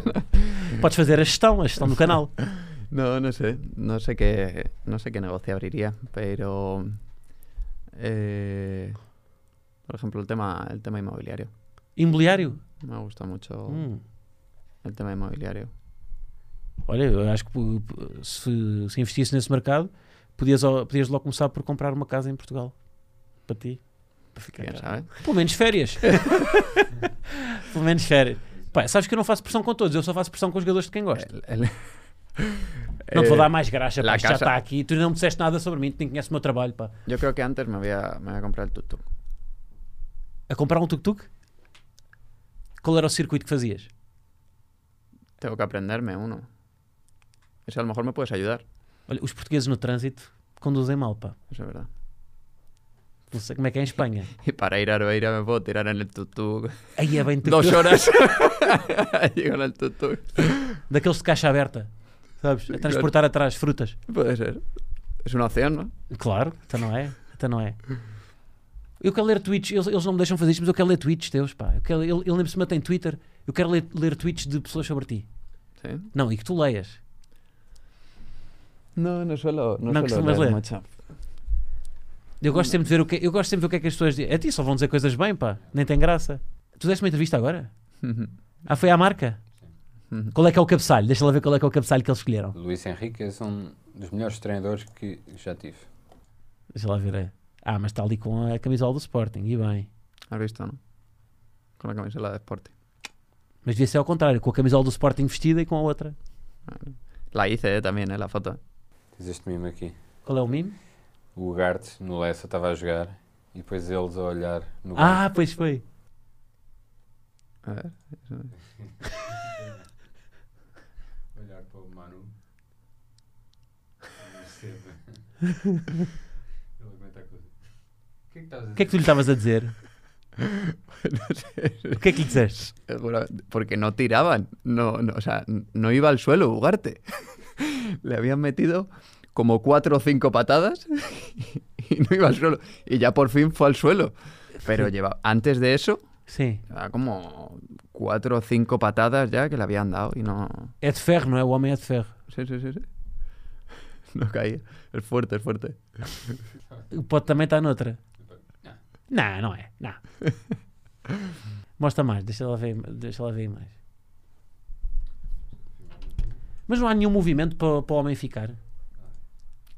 S1: [LAUGHS] Podes fazer a gestão, a gestão do [LAUGHS] canal.
S2: no, no sé. No sé qué, no sé qué negocio abriría, pero... eh, por ejemplo, el tema, el tema inmobiliario.
S1: Imobiliário?
S2: Me gusta mucho
S1: Hum.
S2: el tema inmobiliario.
S1: Olha, eu acho que pu- pu- se, se investisse nesse mercado, podias, ao- podias logo começar por comprar uma casa em Portugal. Para ti. Para ficar
S2: ¿Quién
S1: cá.
S2: sabe?
S1: Pelo menos férias. [LAUGHS] Pelo menos férias. Pá, sabes que eu não faço pressão com todos, eu só faço pressão com os jogadores de quem gosto.
S2: El- el-
S1: não te vou
S2: Eh,
S1: dar mais graxa,
S2: la
S1: pá, isto já
S2: casa.
S1: está aqui. Tu não me disseste nada sobre mim, tu nem conheces o meu trabalho, pá.
S2: Yo creo que antes me voy a, me voy a comprar el tuk-tuk.
S1: A comprar um tuk-tuk? Qual era o circuito que fazias?
S2: Tengo que aprenderme uno. Eso a lo mejor me puedes ayudar.
S1: Olha, os portugueses no trânsito conduzem mal, pá.
S2: Eso es verdad.
S1: Não sei como é que é em Espanha.
S2: Y para ir a Arbeira me puedo tirar en el [LAUGHS] tuk-tuk
S1: Aí é bem tuk-tuk.
S2: dos horas. [LAUGHS] Llego en el tuk-tuk.
S1: Daqueles de caixa aberta, sabes? A
S2: claro.
S1: transportar atrás frutas.
S2: Puede ser. Es una opción, ¿no?
S1: Claro, então não é. Então não é. Eu quero ler tweets, eles, eles não me deixam fazer isto, mas eu quero ler tweets teus, pá. Eu, quero, eu, eu lembro-se, mantém Twitter, eu quero ler, ler tweets de pessoas sobre ti.
S2: Sí.
S1: Não, e que tu leias.
S2: No, no suelo, no
S1: No, que
S2: suelo
S1: sumas
S2: leer
S1: leer.
S2: mucho.
S1: Eu gosto sempre de ver o que, eu gosto sempre de ver o que é que as pessoas dizem. A ti só vão dizer coisas bem, pá. Nem tem graça. Tu deste uma entrevista agora? Ah, foi à marca?
S2: Uhum.
S1: Qual é que é o cabeçalho? Deixa lá ver qual é que é o cabeçalho que eles escolheram.
S3: Luís Henrique é um dos melhores treinadores que já tive.
S1: Deixa lá ver. é. Ah, mas está ali com a camisola do Sporting, e bem.
S2: Has visto, ¿no? Con la camiseta de Sporting.
S1: Mas devia ser ao contrário, com a camisola do Sporting vestida e com a outra.
S2: La hice eh, también, ¿eh? La foto.
S3: Diz este mimo aqui.
S1: Qual é o mimo?
S3: O Ugarte no Lessa estava a jogar e depois eles a olhar no
S1: Ah, pois foi.
S2: A [LAUGHS] ver. eso.
S3: Olhar para o
S1: [LAUGHS]
S3: Manu. Ele aguenta a coisa. O que
S1: O que é
S3: é que estavas a
S1: que tu lhe estavas a dizer?
S2: No sé.
S1: O que é que lhe disseste?
S2: Seguramente- Porque no tiraban. No, no, o sea, no iba al suelo Ugarte. [LAUGHS] Le habían metido como cuatro o cinco patadas [LAUGHS] y no iba al suelo. Y ya por fin fue al suelo. Pero lleva, antes de eso,
S1: Sim.
S2: llevaba como cuatro o cinco patadas ya que le habían dado y no.
S1: É de ferro, não é? O homem é de ferro.
S2: Sí, sí, [LAUGHS] sí. sí. No caía. Es fuerte, es fuerte.
S1: Pode também estar noutra. Não, não é. Não. Mostra mais, deixa lá ver, deixa lá ver mais. Mas não há nenhum movimento para, para o homem ficar.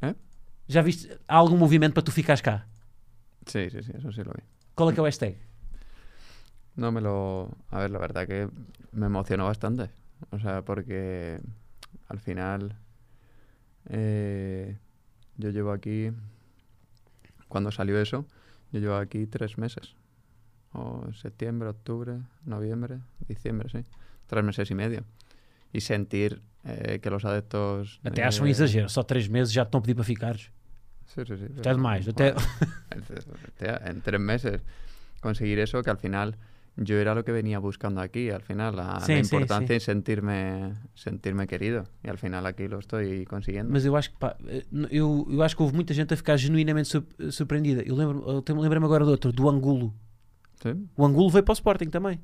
S2: Hã?
S1: Já viste? Há algum movimento para tu ficares cá?
S2: Sí, sí, sí, eso sí lo vi.
S1: Qual é que é o hashtag?
S2: No me lo. A ver, la verdad que me emocionó bastante. O sea, porque al final. eh, yo llevo aquí. Cuando salió eso, yo llevo aquí tres meses. O septiembre, octubre, noviembre, diciembre, sí. Tres meses y medio. Y sentir eh, que los adeptos.
S1: Até
S2: eh,
S1: acho um exagero, só três meses já te estão a pedir para ficares.
S2: Sí, sí, sí.
S1: Até demais. Até...
S2: Joder, en tres meses conseguir eso que al final yo era lo que venía buscando aquí, al final, la,
S1: Sí,
S2: la
S1: sí,
S2: importancia
S1: sí.
S2: y sentirme, sentirme querido. E al final aquí lo estoy consiguiendo.
S1: Mas eu acho que pá, eh, n- eu, eu acho que houve muita gente a ficar genuinamente sur- eh, surpreendida. Eu lembro-me eu tenho- lembrei-me agora do outro, do Angulo.
S2: ¿Sí?
S1: O Angulo veio para o Sporting também.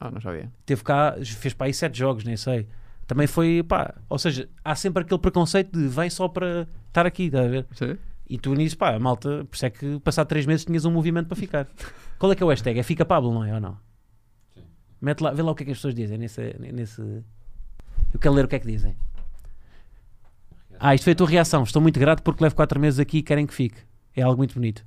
S2: Ah, no sabía.
S1: Teve cá, fez para aí sete jogos, nem sei. Também foi, pá, ou seja, há sempre aquele preconceito de vem só para estar aqui, estás a ver?
S2: ¿Sí?
S1: E tu nisso, pá, malta, por isso é que passado 3 meses tinhas um movimento para ficar. Qual é que é o hashtag? É Fica Pablo, não é ou não?
S3: Sim.
S1: Mete lá, vê lá o que é que as pessoas dizem nesse, nesse. Eu quero ler o que é que dizem. Ah, isto foi a tua reação. Estou muito grato porque levo 4 meses aqui e querem que fique. É algo muito bonito.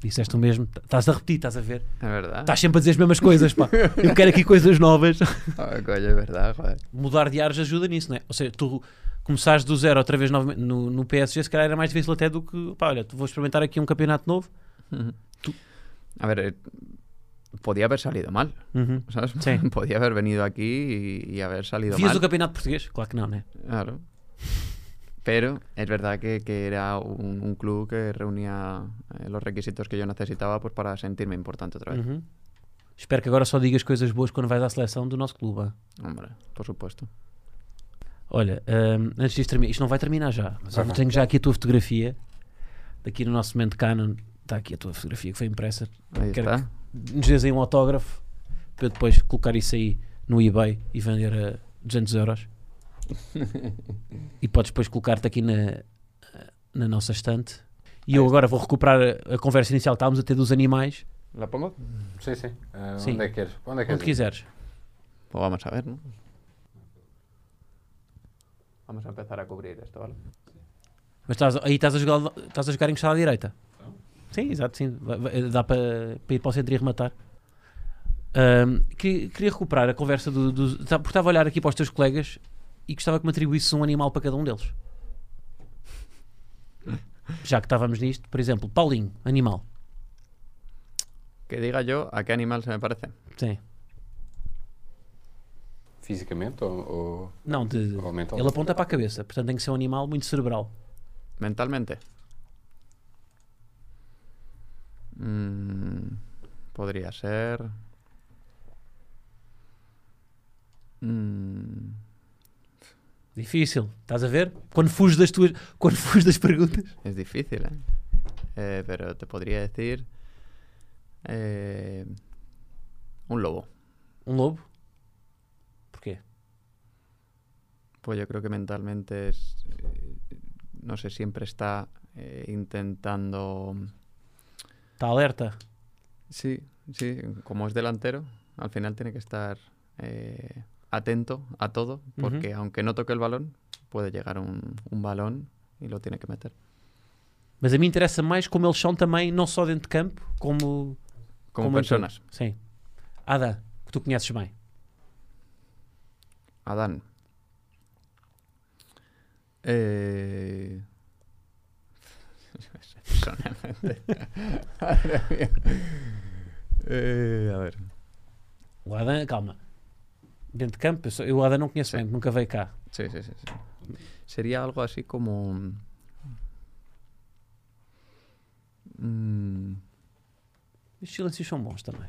S1: Disseste o mesmo. T- Estás a repetir, estás a ver.
S2: Es verdad.
S1: Estás sempre a dizer as mesmas coisas, pá. Eu quero aqui coisas novas. [LAUGHS]
S2: Ah, coño, es verdad, joder.
S1: Mudar de ares ajuda nisso, não é? Ou seja, tu começares do zero outra vez novamente no, no PSG, se calhar era mais difícil até do que, pá, olha, tu vou experimentar aqui um campeonato novo.
S2: Ujú.
S1: Tú-
S2: A ver, eh, podía haber salido mal,
S1: Uhum.
S2: ¿sabes?
S1: Sí.
S2: [LAUGHS] podía haber venido aquí y, y haber salido
S1: Vias
S2: mal.
S1: o campeonato português? Claro que não, né?
S2: Claro. [LAUGHS] Pero es verdad que, que era un, un club que reunía eh, los requisitos que yo necesitaba pues, para sentirme importante otra vez.
S1: Uhum. Espero que agora só digas coisas boas quando vais à seleção do nosso clube. ah.
S2: Hombre, por supuesto.
S1: Olha, hum, antes disto terminar, isto não vai terminar já, mas eu
S3: Ok.
S1: tenho já aqui a tua fotografia, daqui no nosso momento Canon, está aqui a tua fotografia que foi impressa.
S2: Ahí
S1: Creo
S2: está.
S1: Nos dês aí um autógrafo para eu depois colocar isso aí no eBay e vender a 200 [LAUGHS] euros. e podes depois colocar-te aqui na, na nossa estante. E eu agora vou recuperar a, a conversa inicial que estávamos a ter dos animais,
S2: ¿La pongo?
S3: Sim, sim. Ah,
S1: Sim.
S3: Onde é que queres? Onde é que
S1: onde
S3: queres? ir?
S1: quiseres.
S2: Pues vamos a ver, ¿no? Vamos a empezar a cubrir esto, ¿vale?
S1: Mas estás, aí estás a jogar, estás a jogar encostado à direita. Sim, exato, sim. Vai- vai- Dá para, para ir para o centro e rematar. Ahm, queria, queria recuperar a conversa do, do- tá- Porque estava a olhar aqui para os teus colegas e gostava que me atribuísse um animal para cada um deles. Já que estávamos nisto, por exemplo, Paulinho, animal.
S2: Que diga yo a qué animal se me parece.
S1: Sim.
S3: Fisicamente ou, ou,
S1: Não, de,
S3: ou mental?
S1: ele aponta para a cabeça, portanto tem que ser um animal muito cerebral.
S2: Mentalmente. Mm, podría ser. Mm,
S1: Difícil, estás a ver? Quando fuges das tuas. Quando [LAUGHS] fuges das perguntas.
S2: es difícil, ¿eh? Eh, Pero te podría decir. eh, un lobo.
S1: Um lobo? Porquê?
S2: Pues yo creo que mentalmente es. eh, no sé, siempre está eh, intentando.
S1: Está alerta.
S2: Sí, sí, como es delantero, al final tiene que estar eh, atento a todo, porque aunque no toque el balón, puede llegar un, un balón y lo tiene que meter.
S1: Mas a mim interessa mais como eles são também, não só dentro de campo, como.
S2: Como,
S1: Como en todo.
S2: personas.
S1: Sim. Ada, que tu conheces bem.
S2: Adán. [LAUGHS] Eh... personalmente. Madre mía. Eh, a ver.
S1: O Ada, calma. Dentro de campo, eu, sou- eu o Ada não conheço
S2: Sim.
S1: bem, nunca veio cá.
S2: Sí, sí, sí, sí. Sería algo así como... mm,
S1: Estes silêncios são bons também.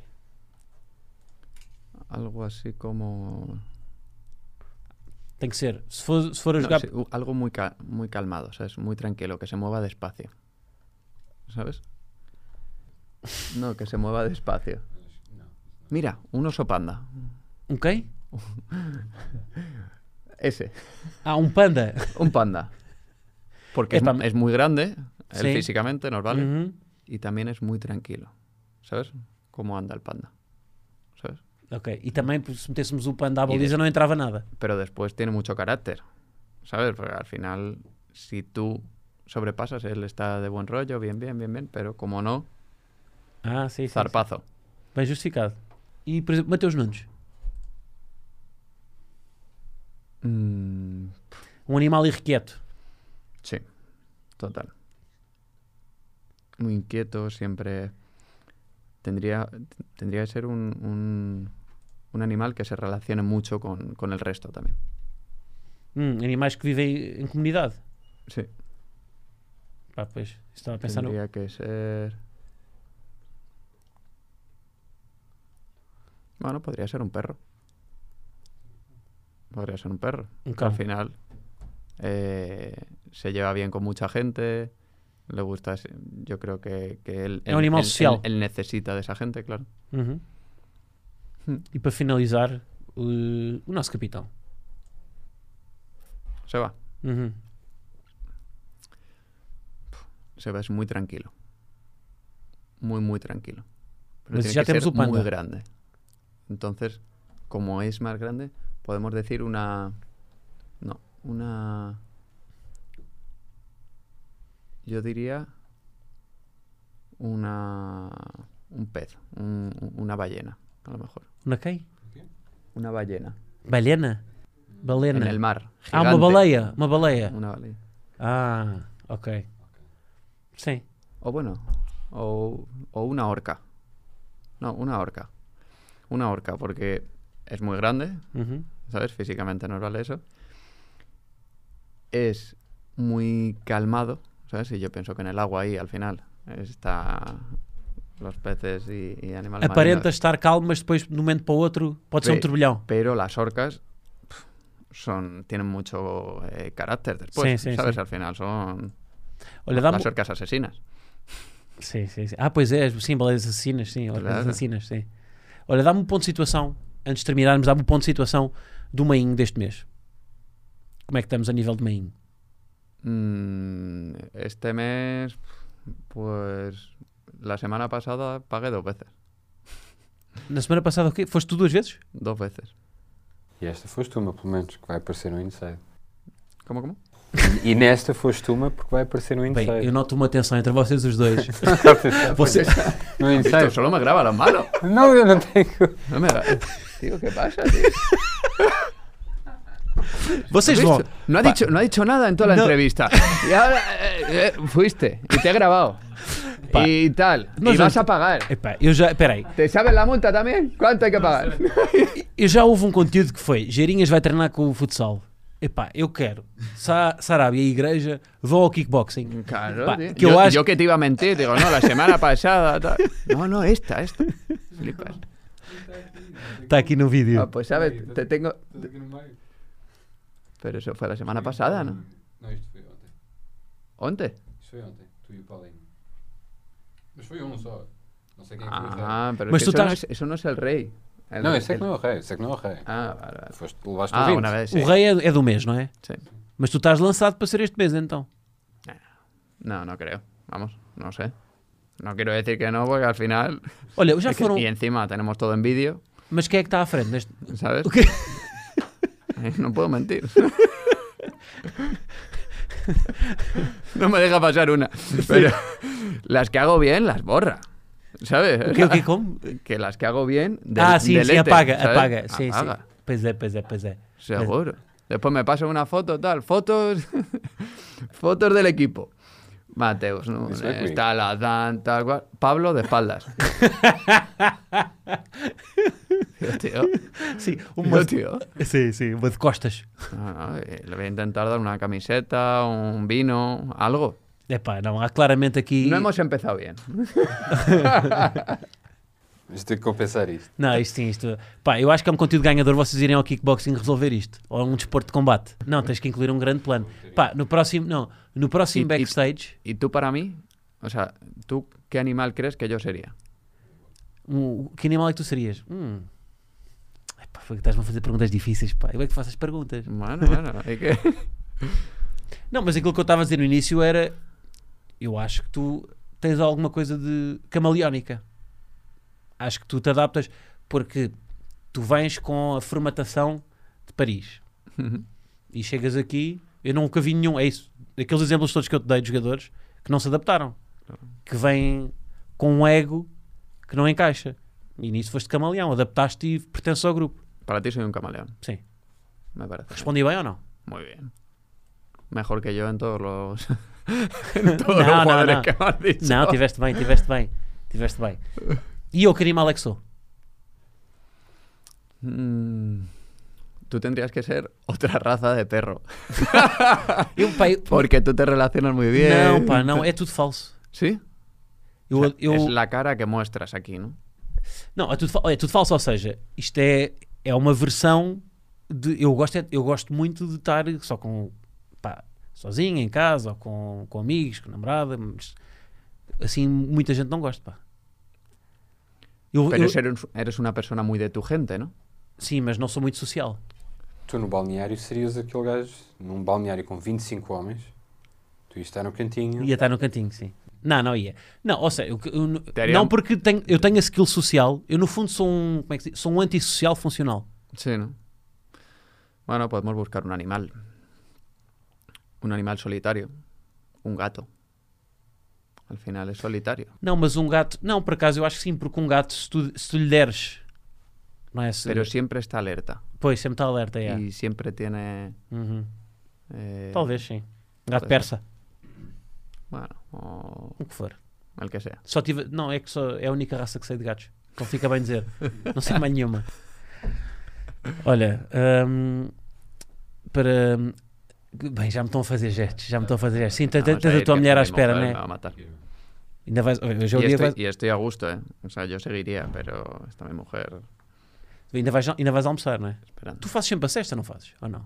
S2: Algo así como...
S1: Tem que ser. Se for, se for a
S2: No,
S1: jogar.
S2: sí, u- algo muy, ca- muy calmado, ¿sabes? Muy tranquilo, que se mueva despacio. ¿Sabes? No, que se mueva despacio. Mira, un oso panda.
S1: Um quem?
S2: Ese,
S1: Ah, um panda.
S2: un panda. Porque es,
S1: Epa,
S2: mu-
S1: me-
S2: es muy grande, él
S1: Sí.
S2: físicamente, nos vale.
S1: [LAUGHS] Uhum.
S2: Y también es muy tranquilo. ¿Sabes? Cómo anda el panda. ¿Sabes?
S1: Ok. E também, se metêssemos o panda à
S2: E
S1: baliza, não entrava nada.
S2: pero después tiene mucho carácter, ¿sabes? Porque al final, si tú sobrepasas, él está de buen rollo, bien, bien, bien, bien, pero como no,
S1: Ah, sim, sim. sim.
S2: zarpazo.
S1: Bem justificado. E, por exemplo, Mateus Nunes.
S2: Mm,
S1: Um animal irrequieto.
S2: sí, total. Muy inquieto, siempre... Tendría, tendría que ser un, un, un animal que se relacione mucho con, con el resto también.
S1: Hum, animais que vivem em comunidade.
S2: Sí,
S1: Pá, pois. Estava a pensar no.
S2: tendría que ser... Bueno, podría ser un perro. Podría ser un perro.
S1: Um
S2: que al
S1: cão.
S2: final eh, se lleva bien con mucha gente, le gusta, ese- yo creo que, que él,
S1: É
S2: él-
S1: un animal
S2: él-
S1: social.
S2: él- él necesita de esa gente, claro.
S1: Uhum.
S2: Hum.
S1: E para finalizar, eh, o, o nosso capitão.
S2: Se va,
S1: Uhum.
S2: se va, es muy tranquilo. Muy, muy tranquilo. Pero
S1: Pues
S2: tiene
S1: ya
S2: que
S1: tenemos
S2: ser
S1: un panda.
S2: muy grande. Entonces, como es más grande, podemos decir una... No, una... Yo diría una... Un pez, un- una ballena, a lo mejor.
S1: Uma quem?
S2: Una ballena.
S1: é Balena?
S2: En
S1: Balena.
S2: el mar.
S1: ah, uma
S2: gigante.
S1: baleia. Uma baleia.
S2: Una baleia.
S1: Ah, ok. Sim.
S2: O bueno, o, o una orca. No, una orca. Una orca, porque es muy grande,
S1: Uhum.
S2: ¿sabes? Físicamente nos vale eso. Es muy calmado, ¿sabes? Y yo pienso que en el agua ahí al final está los peces y, y animales
S1: Aparenta
S2: marinos.
S1: estar calmo, mas depois, de um momento para o outro, pode ser um
S2: Sim.
S1: turbilhão.
S2: Pero las orcas pf, son, tienen mucho eh, carácter
S1: Sí,
S2: después,
S1: sí,
S2: ¿sabes?
S1: sí.
S2: Al final son
S1: Olha, dá-me.
S2: las orcas asesinas.
S1: Sim, sim, sim. Ah, pois é, sim, baleias assassinas, sim, orcas
S2: Claro.
S1: assassinas, sim. Olha, dá-me um ponto de situação, antes de terminarmos, dá-me um ponto de situação do mainho deste mês. Como é que estamos a nível de mainho?
S2: Mm, este mes, pues la semana pasada pagué dos veces.
S1: Na semana passada, o quê? Foste tu duas vezes?
S2: Dos veces.
S3: E esta foste uma, pelo menos, que vai aparecer no Inside.
S2: ¿Cómo, cómo?
S3: E nesta foste uma porque vai aparecer no
S1: Bem,
S3: Inside. é.
S1: eu noto uma tensão entre vocês os
S2: [LAUGHS]
S1: dois.
S3: [LAUGHS]
S1: Você-
S2: [LAUGHS]
S3: No
S2: Esto
S3: Inside.
S2: solo me graba los malos.
S3: Não, eu não tenho.
S2: [LAUGHS] No me gra- [LAUGHS] Tío, ¿qué pasa, tío?
S1: Vocês
S2: ¿Has
S1: vão.
S2: visto? No ha,
S1: Pá.
S2: dicho, no ha dicho nada en toda la
S1: No.
S2: [LAUGHS] entrevista. Y ahora eh, eh, fuiste y te he grabado.
S1: Pa.
S2: Y tal.
S1: No,
S2: y
S1: yo-
S2: vas a pagar.
S1: Epá, eu já. Peraí.
S2: ¿Te sabes la multa también? ¿Cuánto hay que pagar?
S1: Eu já houve um conteúdo que foi: Geirinhas vai treinar com o futsal. Epá, eu quero. Sa Sarabia e Igreja vão ao kickboxing.
S2: [LAUGHS] Claro,
S1: Pa,
S2: tío.
S1: que
S2: yo,
S1: vas-
S2: yo que te iba a mentir, digo, no, la semana pasada. [LAUGHS] tal. No, no, esta, esta. Flipas.
S1: Está aquí Tá no
S2: Ah,
S1: vídeo.
S2: pues sabes, te tengo.
S3: Estás aqui no meio.
S2: Pero eso fue la semana pasada, ¿no?
S3: Não, isto foi ontem.
S2: ¿Onte?
S3: Isto foi ontem. Tu e o Paulinho. Mas foi um só. Não sei quem é que foi o rei.
S2: Ah, pero
S1: Pues
S2: es
S1: tú
S2: que eso, no
S1: estás-
S2: es, eso no es el rey. El-
S3: Não, eu sei que
S2: el-
S3: não é o rei. Eu sei que não é o rei.
S2: Ah, vale, vale.
S3: Foste, levaste
S2: Ah,
S3: o 20.
S2: una vez. sí.
S1: O rei é, é do mês, não é?
S2: Sí.
S1: Mas tu estás lançado para ser este mês então.
S2: No, no creo. Vamos, no sé. No quiero decir que no, porque al final.
S1: Olha, já
S2: es É que-
S1: foram.
S2: Y encima tenemos todo en vídeo,
S1: Mas quem é que está à frente? Neste...
S2: ¿sabes? Eh,
S1: O
S2: [LAUGHS]
S1: quê?
S2: No puedo mentir. [LAUGHS] no me deja pasar una. Pero las que hago bien las borra. ¿Sabes?
S1: O quê? O quê? Como?
S2: [LAUGHS] Que las que hago bien. del-
S1: ah, sim, sim,
S2: delete,
S1: apaga,
S2: ¿sabes?
S1: apaga. Sim,
S2: é Apaga.
S1: sim. Pois é, pois é, pois é. [LAUGHS]
S2: Seguro. Después me pasa una foto, tal, fotos, [LAUGHS] fotos del equipo. Mateus, ¿no?
S3: Eso es
S2: Está la Dan, tal cual. Pablo de espaldas. Digo, tío,
S1: Sim, uma,
S2: digo, tío.
S1: sim, sim, uma de costas.
S2: No, no, eh, le voy a intentar dar una camiseta, un vino, algo.
S1: Epá, não, há claramente aqui.
S2: No hemos empezado bien.
S3: Mas tenho que compensar isto.
S2: Tá.
S1: Não, isto sim, isto. Pá, eu acho que é um conteúdo ganhador vocês irem ao kickboxing resolver isto. Ou a um desporto de combate. Não, tens que incluir um grande plano. Pá, no próximo, não, no próximo
S2: E- e-
S1: backstage,
S2: ¿Y tú para mí? O sea, ¿tú qué animal crees que yo sería?
S1: um, que animal é que tu serias? Hum. Epá, foi que estás-me a fazer perguntas difíceis, pá. Eu é que faço as perguntas.
S2: Bueno, bueno, hay que...
S1: Não, mas aquilo que eu estava a dizer no início era. Eu acho que tu tens alguma coisa de camaleónica. Acho que tu te adaptas porque tu vens com a formatação de Paris e chegas aqui. Eu nunca vi nenhum, é isso. Aqueles exemplos todos que eu te dei de jogadores que não se adaptaram, que vêm com um ego que não encaixa. E nisso foste camaleão, adaptaste e pertence ao grupo.
S2: Para ti soy un camaleón,
S1: Sim.
S2: me parece.
S1: Respondi bem ou não?
S2: Muy bien. Mejor que yo en todos los. [LAUGHS]
S1: [LAUGHS]
S2: en todos
S1: No,
S2: los
S1: no,
S2: jugadores
S1: no.
S2: que me has dicho.
S1: Não, tiveste bem, tiveste bem, tiveste bem. E eu, que animal é que sou?
S2: Mm, tú tendrías que ser otra raza de perro.
S1: Eu, pá, eu-
S2: Porque tú te relacionas muy bien.
S1: Não, pá, não, é tudo falso.
S2: ¿Sí?
S1: Eu, eu,
S2: Es la cara que muestras aquí, ¿no?
S1: Não, é tudo, fa- é tudo falso, ou seja, isto é, é uma versão de. Eu gosto, é- eu gosto muito de estar só com. pá, sozinho em casa, ou com, com amigos, com namorada, mas assim muita gente não gosta, pá. Eu-
S2: Pero
S1: eu-
S2: eres, eres una persona muy de tu gente, ¿no?
S1: sim, mas não sou muito social.
S3: Tu no balneário serias aquele gajo, num balneário com 25 homens, tu ias estar no cantinho.
S1: Ia estar no cantinho, sim. Não, não ia. Não, ou seja, eu, eu n-
S2: Teria-
S1: não porque tenho- eu tenho a skill social, eu no fundo sou um, como é que se diz? Sou um antissocial funcional.
S2: Sí, ¿no? Bueno, podemos buscar un animal. Un animal solitario. Un gato. Al final es solitario.
S1: Não, mas um gato, não, por acaso eu acho que sim, porque um gato, se tu, se tu lhe deres, não é? Se,
S2: Pero siempre está alerta.
S1: Pois, sempre está alerta, é.
S2: Y siempre tiene...
S1: Uhum.
S2: eh,
S1: Talvez sim. Um gato
S2: Talvez.
S1: persa,
S2: Bueno, o
S1: o que for.
S2: el que sea.
S1: Só tive, não, é que só é a única raça que sei de gatos. Então fica bem [LAUGHS] dizer. Não sei mais nenhuma. Olha, hum, para. Bem, já me estão a fazer gestos, já me estão a fazer gestos. Sim, tens
S2: Vamos a
S1: tens a
S2: ir,
S1: tua
S2: que
S1: mulher à
S2: mi mujer
S1: espera, não
S2: me
S1: é?
S2: va a matar.
S1: Ainda vais. Hoje é o
S2: Y
S1: dia.
S2: estoy,
S1: vais-
S2: y estoy a gusto, ¿eh? O sea, yo seguiría, pero está mi mujer
S1: Ainda vais, ainda vais almoçar, não é?
S2: esperando.
S1: Tu fazes sempre a sexta, não fazes? Ou não?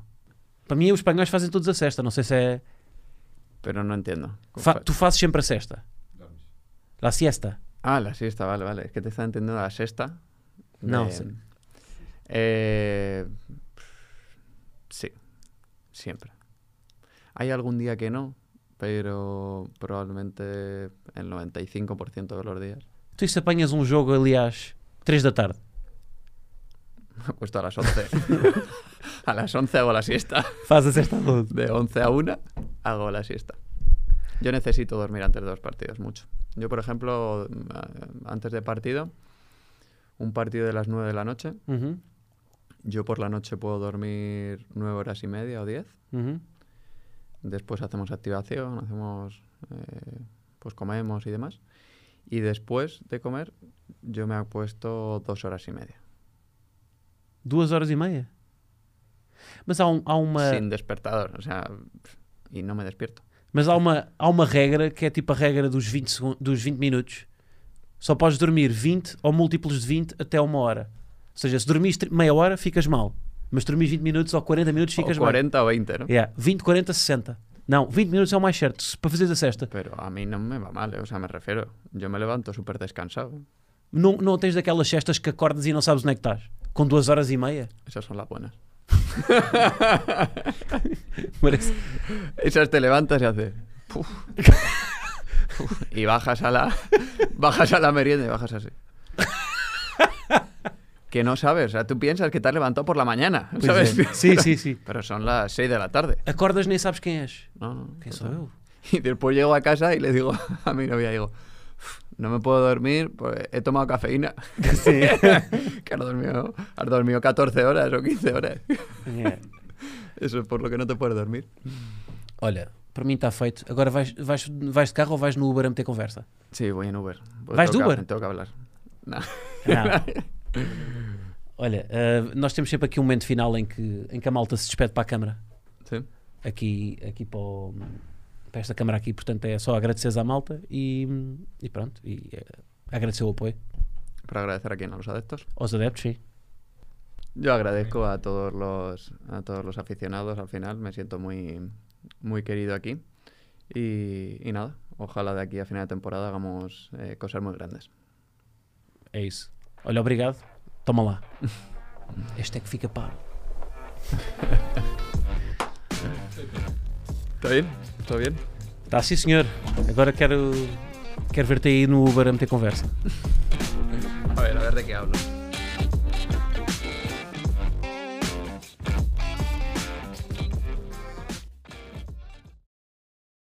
S1: Para mim, os espanhóis fazem todos a sexta. Não sei se é.
S2: Pero no entiendo.
S1: Fa- tu fazes sempre a sexta. La siesta.
S2: Ah, la siesta, vale, vale. Es que te estaba entendiendo la sexta. de-
S1: No, sí.
S2: Eh, sí, siempre. Hay algún día que no, pero probablemente el 95% de los días. [LAUGHS]
S1: Tu e se apanhas um jogo, aliás, 3 da tarde.
S2: Me acuesto Pues a las
S1: [LAUGHS]
S2: 11. a las 11 hago la siesta.
S1: Fazes esta todo.
S2: De 11 a 1 hago la siesta. Yo necesito dormir antes de los partidos, mucho. Yo, por ejemplo, a- antes de partido, un partido de las 9 de la noche,
S1: Uhum.
S2: yo por la noche puedo dormir 9 horas y media o 10.
S1: Uhum.
S2: Después hacemos activación, hacemos, eh, pues comemos y demás. Y después de comer, yo me he puesto dos horas y media,
S1: Duas horas e meia. Mas há, um- há uma,
S2: sin despertador, o sea, pf, y no me despierto.
S1: mas há, uma, há uma regra que é tipo a regra dos 20, segun- dos 20 minutos. Só podes dormir 20 ou múltiplos de 20 até uma hora. Ou seja, se dormires tri- meia hora, ficas mal. Mas se dormires 20 minutos ou 40 minutos, ficas
S2: o
S1: mal.
S2: 40 o 20, ¿no?
S1: Yeah. 20, 40, 60. Não, 20 minutos é o mais certo. Se- Para fazeres a sexta.
S2: Pero a mí no me va mal, ¿eh? o sea, me refiero, yo me levanto súper descansado.
S1: Não, não tens daquelas cestas que acordas e não sabes onde é que estás? Com duas horas e meia?
S2: Esas son las buenas.
S1: Parece-
S2: Esas te levantas y haces... puf, puf, y bajas a la bajas a la merienda y bajas así. que no sabes, o sea, tú piensas que te has levantado por la mañana,
S1: Pois é.
S2: ¿sabes?
S1: Sim, sim, sim.
S2: Pero son las 6 de la tarde.
S1: Acordas nem sabes quem és.
S2: No, no,
S1: Quem
S2: no.
S1: sou eu?
S2: [LAUGHS] Y después llego a casa y le digo [LAUGHS] a mi novia, digo, "Uf, no me puedo dormir, pues he tomado [LAUGHS] cafeína. que has dormido, has dormido 14 horas o 15 horas.
S1: Yeah.
S2: Eso es por lo que no te puedes dormir.
S1: Olha, para mim está feito. Agora vais, vais, vais de carro ou vais no Uber a meter conversa?
S2: Sí, voy en Uber. Pues
S1: ¿Vas
S2: tengo
S1: de
S2: que-
S1: Uber?
S2: Tengo
S1: [LAUGHS]
S2: que hablar. Nah.
S1: Não. Olha, ah, nós temos sempre aqui um momento final em que, em que a malta se despede para a câmara.
S2: [LAUGHS] Sí.
S1: Aqui, aqui para, o- para esta câmara aqui. Portanto, é só agradecer à malta e, e pronto. E eh, agradecer o apoyo
S2: Para agradecer a quien, a los adeptos.
S1: aos adeptos, sim.
S2: Yo agradezco a todos los, a todos los aficionados al final. Me siento muy, muy querido aquí. Y, y nada, ojalá de aquí a final de temporada hagamos eh, cosas muy grandes.
S1: É isso. Olha, obrigado. Toma [LAUGHS] lá. Este é que fica paro.
S2: ¿Está bien? ¿Está bien?
S1: Tá sim, senhor. Agora quero, quero ver-te aí no Uber a meter conversa.
S2: A ver, a ver de qué hablo.